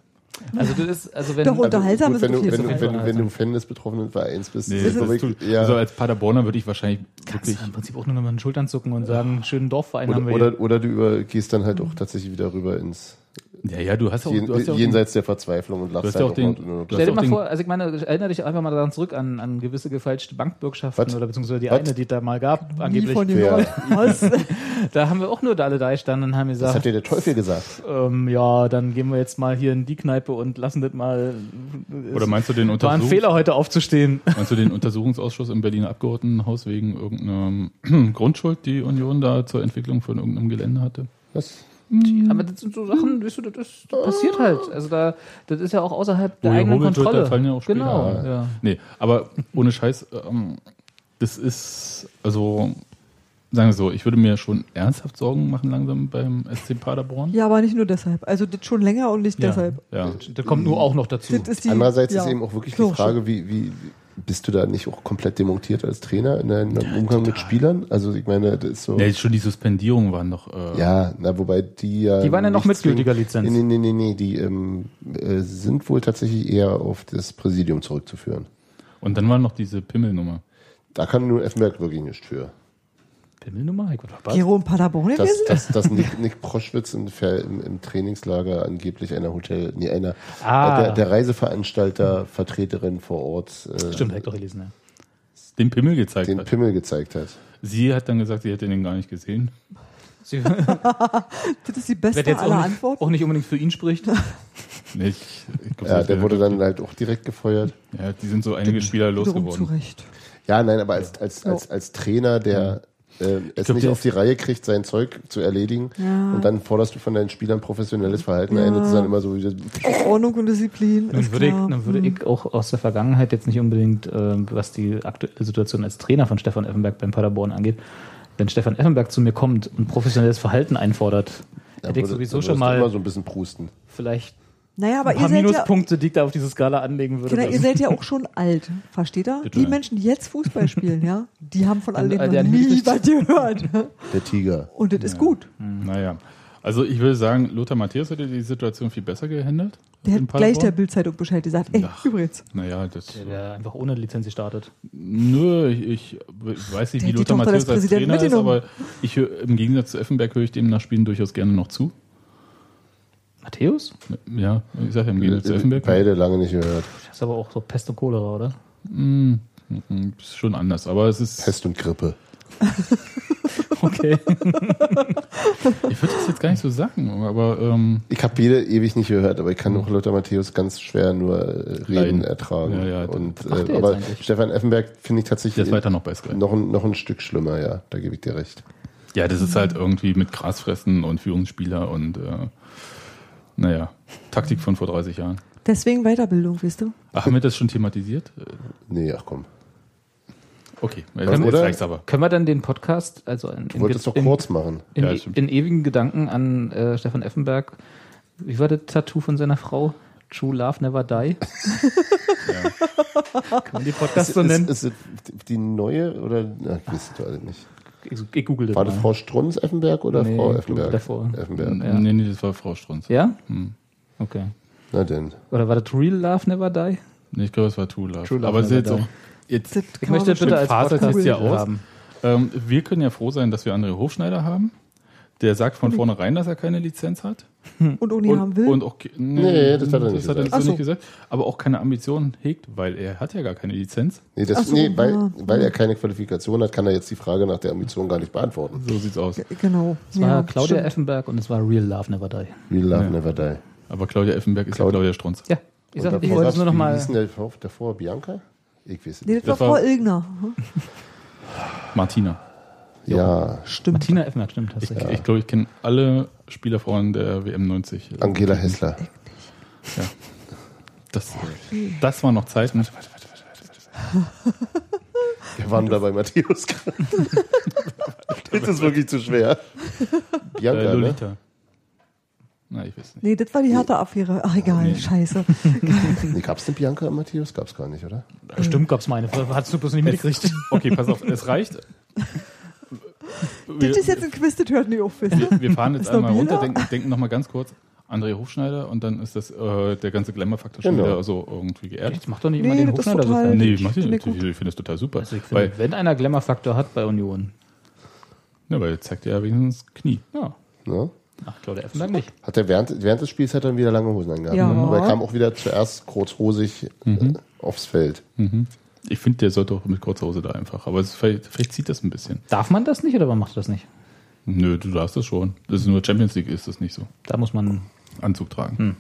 S2: Also das ist, also wenn
S3: Doch, Unterhaltsam
S4: Gut,
S3: ist
S4: wenn
S3: es
S4: du,
S3: nicht
S4: wenn,
S3: so
S4: du, wenn, du,
S2: einfach.
S4: wenn du Fan des betroffenen Vereins bist.
S1: Nee,
S4: ist
S1: das
S4: es wirklich-
S1: tut,
S4: ja.
S1: Also als Paderborner würde ich wahrscheinlich
S2: kannst
S1: wirklich.
S2: du Also im Prinzip auch nur noch mal den Schultern zucken und sagen, schönen Dorfverein haben
S4: oder,
S2: wir hier.
S4: oder, oder du über, gehst dann halt auch tatsächlich wieder rüber ins
S1: Ja, ja, du hast auch.
S4: Jen,
S1: Du hast ja auch
S4: Jenseits der Verzweiflung und
S1: hast
S4: lachst
S1: ja auch
S4: halt
S1: den-
S4: auch mal-
S1: du hast
S2: Stell dir
S1: auch
S2: mal
S1: den-
S2: vor, also ich meine, erinnere dich einfach mal daran zurück an, an gewisse gefälschte Bankbürgschaften
S4: Was?
S2: oder beziehungsweise die
S4: Was?
S2: eine, die es da mal gab,
S3: Nie
S2: angeblich.
S3: von
S4: Ja.
S3: gehört. Was?
S2: Da haben wir auch nur da alle drei standen und haben
S4: Das hat
S2: gesagt,
S4: dir der Teufel gesagt.
S2: ähm, ja, dann gehen wir jetzt mal hier in die Kneipe und lassen das mal.
S1: Oder meinst du den
S2: War ein
S1: Untersuchungs
S2: Fehler, heute aufzustehen.
S1: Meinst du den Untersuchungsausschuss im Berliner Abgeordnetenhaus wegen irgendeiner Grundschuld, die Union da zur Entwicklung von irgendeinem Gelände hatte?
S4: Was?
S2: Aber das sind so Sachen, weißt du, das, ist, das passiert halt. Also da, das ist ja auch außerhalb der
S1: Wo
S2: eigenen
S1: gehobelt Oh, wird,
S2: Kontrolle.
S1: da fallen ja auch Spieler
S2: genau,
S1: ein.
S2: ja.
S1: Nee, aber ohne Scheiß, ähm, das ist, also, sagen wir so, ich würde mir schon ernsthaft Sorgen machen langsam beim SC Paderborn.
S3: Ja, aber nicht nur deshalb. Also das schon länger und nicht deshalb.
S1: Ja.
S2: Das kommt nur auch noch dazu.
S3: Das ist die,
S4: Andererseits
S3: ja.
S4: ist eben auch wirklich die
S3: Logisch.
S4: Frage, wie, wie bist du da nicht auch komplett demontiert als Trainer in deinem Umgang mit Spielern? Also ich meine, das ist so.
S1: Nee, schon die Suspendierungen waren noch. Äh,
S4: Ja, na, wobei die ja.
S2: Die waren ja noch mit
S4: nicht
S2: gültiger
S4: zwingend-
S2: Lizenz.
S4: Nee, nee, nee, nee, die ähm, äh, sind wohl tatsächlich eher auf das Präsidium zurückzuführen.
S1: Und dann war noch diese Pimmelnummer.
S4: Da kann nur Effenberg wirklich nichts für.
S2: Pimmelnummer? Ich verpasst.
S3: Gero in Paderborn
S4: Dass,
S3: gewesen?
S4: dass, dass Nick, Nick Proschwitz im, Ver- im, im Trainingslager angeblich einer Hotel, nee, einer
S2: Ah.
S4: äh, der, der Reiseveranstalter, Vertreterin vor Ort äh,
S2: Stimmt, ne. hab ich doch gelesen, ja.
S1: Den Pimmel gezeigt
S4: den
S1: hat.
S4: Pimmel gezeigt hat.
S1: Sie hat dann gesagt, sie hätte den gar nicht gesehen.
S2: Sie, wer
S3: Das ist die beste
S2: jetzt
S3: aller
S2: auch nicht,
S3: Antworten.
S2: auch nicht unbedingt für ihn spricht.
S1: Nee, ich, ich glaub,
S4: Ja,
S1: das
S4: der
S1: wär-
S4: wurde dann halt auch direkt gefeuert.
S1: Ja, die sind so
S3: Genau.
S1: einige Spieler
S3: Wiederum
S1: losgeworden.
S3: zurecht.
S4: Ja, nein, aber als, als, als, als Trainer, der äh, es
S1: glaub,
S4: nicht
S1: der
S4: auf
S1: ist-
S4: die Reihe kriegt, sein Zeug zu erledigen.
S3: Ja.
S4: Und dann forderst du von deinen Spielern professionelles Verhalten ein und es ist dann immer so wieder.
S3: Ordnung und Disziplin.
S2: Dann
S3: ist
S2: würde, ich,
S3: klar.
S2: dann würde ich auch aus der Vergangenheit jetzt nicht unbedingt, ähm, was die aktuelle Situation als Trainer von Stefan Effenberg beim Paderborn angeht, wenn Stefan Effenberg zu mir kommt und professionelles Verhalten einfordert,
S4: Da
S2: hätte ich
S4: würde-
S2: sowieso
S4: da
S2: schon
S4: würdest du
S2: mal
S4: Immer so ein bisschen prusten.
S2: vielleicht
S3: Naja, aber
S2: ein paar
S3: ihr seid ja,
S2: Minuspunkte, die ich da auf diese Skala anlegen würde.
S3: Kinder, ihr seid ja auch schon alt. Versteht ihr? Die
S1: Bitte.
S3: Menschen, die jetzt Fußball spielen, ja, die haben von all
S2: An-
S3: dem
S2: an
S3: noch
S2: deren
S3: nie
S2: Hinsicht.
S3: was gehört.
S4: Der Tiger.
S3: Und das ist gut.
S1: Hm. Naja. Also ich würde sagen, Lothar Matthäus hätte die Situation viel besser gehandelt.
S3: Der
S1: in
S3: hat gleich der
S1: Paderborn.
S3: Bildzeitung Bescheid gesagt. Ey,
S1: Ach.
S3: übrigens.
S1: Naja, das.
S2: der einfach ohne Lizenz gestartet.
S1: Nö, ich, ich weiß nicht,
S3: Der
S1: wie
S3: hat die
S1: Lothar
S3: Tochter
S1: Matthäus
S3: des
S1: als
S3: Präsidenten
S1: Trainer ist,
S3: mitgenommen.
S1: aber ich höre, im Gegensatz zu Effenberg höre ich dem nach Spielen durchaus gerne noch zu.
S2: Matthäus?
S1: Ja, ich sage ja im Gegensatz zu Effenberg.
S4: Äh, Beide lange nicht gehört.
S2: Das ist aber auch so Pest und Cholera, oder?
S1: Mhm, Ist schon anders, aber es ist.
S4: Pest und Grippe.
S2: Okay.
S1: Ich würde das jetzt gar nicht so sagen, aber ähm,
S4: Ich habe jede ewig nicht gehört, aber ich kann auch Lothar Matthäus ganz schwer nur äh, Reden
S1: Leiden.
S4: ertragen.
S1: Ja, ja,
S4: und,
S2: macht er
S4: äh,
S2: jetzt
S4: aber
S2: eigentlich?
S4: Stefan Effenberg finde ich
S1: der
S4: tatsächlich
S1: ist weiter noch bei Sky.
S4: noch, ein, noch ein Stück schlimmer, ja. Da gebe ich dir recht.
S1: Ja, das ist halt irgendwie mit Grasfressen und Führungsspieler und äh, naja, Taktik von vor 30 Jahren.
S3: Deswegen Weiterbildung, weißt du?
S1: Ach, haben wir das schon thematisiert? Äh,
S4: Nee, ach komm.
S1: Okay,
S4: Oder?
S1: jetzt, jetzt reicht's aber.
S2: Können wir dann den Podcast, also in,
S4: Du wolltest doch kurz machen.
S2: in, e-
S1: Ja, stimmt.
S2: in ewigen Gedanken an äh, Stefan Effenberg. Wie war das Tattoo von seiner Frau? True Love Never Die. Kann man die Podcast so nennen?
S4: Ist, ist es die neue oder? Na, ich weiß es alle nicht.
S2: ich, ich google das
S4: War das
S2: mal.
S4: Frau Strunz Effenberg oder
S2: Nee,
S4: Frau
S2: ich glaube
S4: Effenberg?
S2: davor.
S4: Effenberg.
S2: Ja.
S1: Nee, nee, das war Frau Strunz.
S2: Ja?
S4: Hm.
S2: Okay.
S4: Na denn.
S2: Oder war das Real Love Never Die?
S1: Nee, ich glaube, es war True Love.
S2: True Love
S1: aber es ist jetzt
S2: war
S1: auch.
S2: dabei.
S1: Jetzt,
S3: Das
S2: Ich
S3: kann man
S2: möchte das
S3: bestimmt-
S2: bitte als
S1: Faser
S2: Podcast
S1: sieht's ja aus.
S2: haben.
S1: ähm, wir können ja froh sein, dass wir André Hofschneider haben, Der sagt von vornherein, dass er keine Lizenz hat.
S3: Und Uni
S1: und,
S3: haben will.
S1: Und auch,
S4: Nee, das hat er nicht
S1: das hat er
S4: gesagt.
S1: so
S3: Ach so.
S1: nicht gesagt. Aber auch keine Ambitionen hegt, weil er hat ja gar keine Lizenz.
S4: Nee, das,
S3: Ach so,
S4: nee weil,
S3: ja.
S4: weil er keine Qualifikation hat, kann er jetzt die Frage nach der Ambition gar nicht beantworten.
S1: So sieht's aus.
S3: G- genau.
S2: Es war
S3: ja,
S2: Claudia
S3: stimmt.
S2: Effenberg und es war Real Love Never Die.
S4: We love
S1: Ja.
S4: never die.
S1: Aber Claudia Effenberg ist
S4: Claudia-
S1: ja Claudia Strunz.
S2: Ja, ich,
S4: Und
S2: sag, ich
S4: davor
S2: wollte
S4: gab's-
S2: es nur noch
S4: Wie
S2: mal.
S4: hieß denn der vor- davor? Bianca? Ich weiß
S3: Nee,
S4: nicht.
S3: das, war
S1: war-
S3: Frau Ilgner. Hm?
S1: Martina.
S4: Ja,
S3: Stimmt.
S2: Martina Effenberg, stimmt. Hast recht.
S1: Ich glaube, ich kenne alle Spielerfrauen der WM 90.
S4: Angela Hessler.
S1: Das, das waren noch Zeiten.
S4: Wir waren da bei Matthäus gerade. Das ist wirklich zu schwer.
S1: Äh,
S4: Bianca, ne?
S1: Lolita. Na, ich weiß nicht.
S3: Nee, das war die harte Affäre. Ach, egal,
S1: Nee.
S3: scheiße.
S4: Nee, gab's denn Bianca im Matthäus? Gab's gar nicht, oder?
S2: Stimmt, gab's meine. Hattest du bloß nicht mitgekriegt.
S1: Okay, pass auf, es reicht.
S3: das ist jetzt ein Quiz, das hört nicht auf, wisst ihr?
S1: Wir, wir fahren jetzt
S3: Ist noch
S1: einmal runter,
S3: Bier da?
S1: denken, denken nochmal ganz kurz. André Hofschneider und dann ist das äh, der ganze Glamour-Faktor schon
S4: Genau.
S1: wieder so irgendwie geerdet.
S2: Jetzt mach doch nicht
S3: Nee,
S2: immer den
S3: das ist
S2: Hochschneider so
S3: total-
S2: fertig.
S1: Nee, ich mach den
S3: Finde
S1: nicht.
S3: ich
S1: Ich
S3: gut.
S1: finde das total super.
S2: Also ich finde,
S1: weil,
S2: wenn einer Glamour-Faktor hat bei Union,
S1: ja, ne, weil er zeigt ja wenigstens Knie.
S2: ja.
S4: Ne?
S2: Ach, Claudia Effenberg nicht.
S4: Hat er während, während des Spiels hat er wieder lange Hosen angehabt.
S3: Ja.
S4: Aber er kam auch wieder zuerst kurzhosig
S1: Mhm.
S4: äh, aufs Feld.
S1: Ich finde, der sollte auch mit kurzer Hose da einfach. Aber es, vielleicht, vielleicht zieht das ein bisschen.
S2: Darf man das nicht oder warum macht das nicht?
S1: Nö, du darfst das schon. Das ist nur Champions League, ist das nicht so.
S2: Da muss man.
S1: Anzug tragen.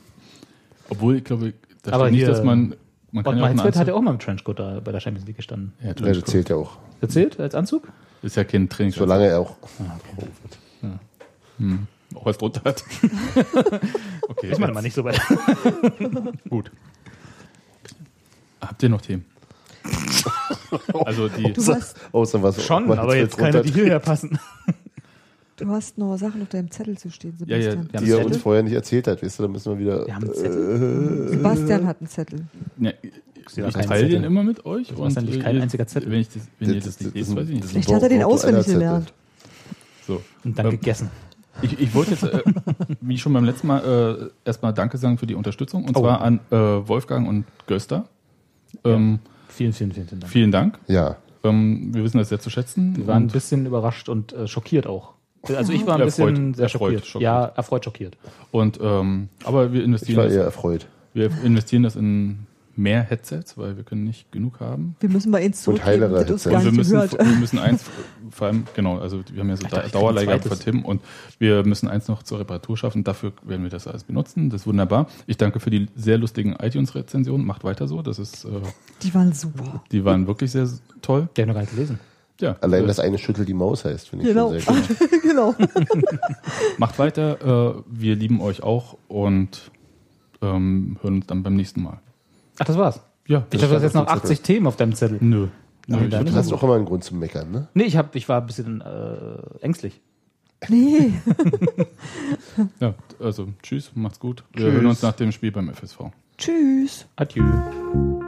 S1: Obwohl, ich glaube, da
S2: Aber
S1: steht nicht,
S2: hier-
S1: dass man. Man kann ja
S2: Ottmar
S1: auch einen
S2: Hitzfeld hat ja
S1: Anzug,
S2: auch mal im Trenchcoat da bei der Champions League gestanden.
S1: ja,
S4: Ja, das
S1: Entschuldigung.
S4: zählt ja auch.
S2: Erzählt als Anzug?
S1: Ist ja kein Training,
S4: Solange er auch.
S1: auch was drunter hat. okay,
S2: Ist man mal nicht so weit.
S1: Gut. Habt ihr noch Themen? also die.
S3: Du hast,
S4: Außer was
S2: Schon,
S4: was
S2: aber jetzt keine, die
S4: runter-
S2: hierher passen.
S3: du hast noch Sachen auf deinem Zettel zu stehen,
S1: Ja, ja,
S3: Sebastian.
S2: Wir haben
S4: die er
S2: Zettel.
S4: uns vorher nicht erzählt hat. Weißt du, da müssen wir wieder.
S2: Wir haben einen Zettel.
S3: Sebastian hat einen Zettel.
S1: Ja,
S2: ja
S1: ich
S2: keinen
S1: teile den
S2: Zettel.
S1: immer mit euch.
S2: Du hast ja nicht
S1: äh,
S2: kein einziger Zettel.
S1: Wenn, ich das, wenn ihr das nicht lest, weiß ich nicht.
S3: Vielleicht hat er den auswendig gelernt.
S1: So.
S2: Und dann
S1: Ähm,
S2: gegessen.
S1: Ich, ich wollte jetzt, äh, wie schon beim letzten Mal, äh, erstmal Danke sagen für die Unterstützung. Und
S2: Oh.
S1: zwar an äh, Wolfgang und Göster. Ähm,
S2: Vielen, vielen, vielen, vielen Dank.
S1: Vielen Dank.
S4: Ja.
S1: Ähm, wir wissen das sehr zu schätzen.
S2: Wir waren ein
S1: Und
S2: bisschen überrascht und äh, schockiert auch. Also ich war ein
S1: Erfreut.
S2: bisschen sehr
S1: Erfreut,
S2: schockiert.
S1: schockiert.
S2: Ja, erfreut schockiert.
S1: Und ähm, aber wir
S4: Ich war
S1: investieren,
S4: eher
S1: das,
S4: erfreut.
S1: wir investieren das in mehr Headsets, weil wir können nicht genug haben.
S3: Wir müssen mal ins
S4: Und heilere
S1: Und
S3: zurückgeben, das uns gar
S4: Zettel.
S1: wir
S3: nicht
S1: müssen,
S3: gehört.
S1: wir müssen eins, vor allem, genau, also wir haben ja so
S2: Alter,
S1: da,
S2: ich kann ein
S1: Dauerleih gehabt von
S2: zweites.
S1: Tim und wir müssen eins noch zur Reparatur schaffen. Dafür werden wir das alles benutzen. Das ist wunderbar. Ich danke für die sehr lustigen iTunes-Rezensionen. Macht weiter so. Das ist, äh,
S3: Die waren super.
S1: die waren wirklich sehr toll.
S2: Der hat noch gar nicht gelesen.
S1: Ja,
S4: Allein,
S1: äh,
S4: dass eine Schüttel die Maus heißt, finde ich
S3: Genau.
S4: schon sehr gut.
S3: genau.
S1: macht weiter. Äh, wir lieben euch auch und ähm, hören uns dann beim nächsten Mal.
S2: Ach, das war's.
S1: Ja,
S2: Ich dachte, du hast jetzt
S4: stand
S2: noch
S4: auf dem
S2: 80 Themen auf deinem Zettel.
S1: nö.
S2: Nein,
S1: Nö, ich
S2: dann
S1: hab-
S4: Du hast auch immer einen Grund zum Meckern, ne?
S2: Nee, ich, hab, ich war ein bisschen äh, ängstlich.
S3: Nee.
S1: ja, also tschüss, macht's gut. Wir
S4: Tschüss.
S1: hören uns nach dem Spiel beim FSV.
S3: Tschüss.
S2: Adieu.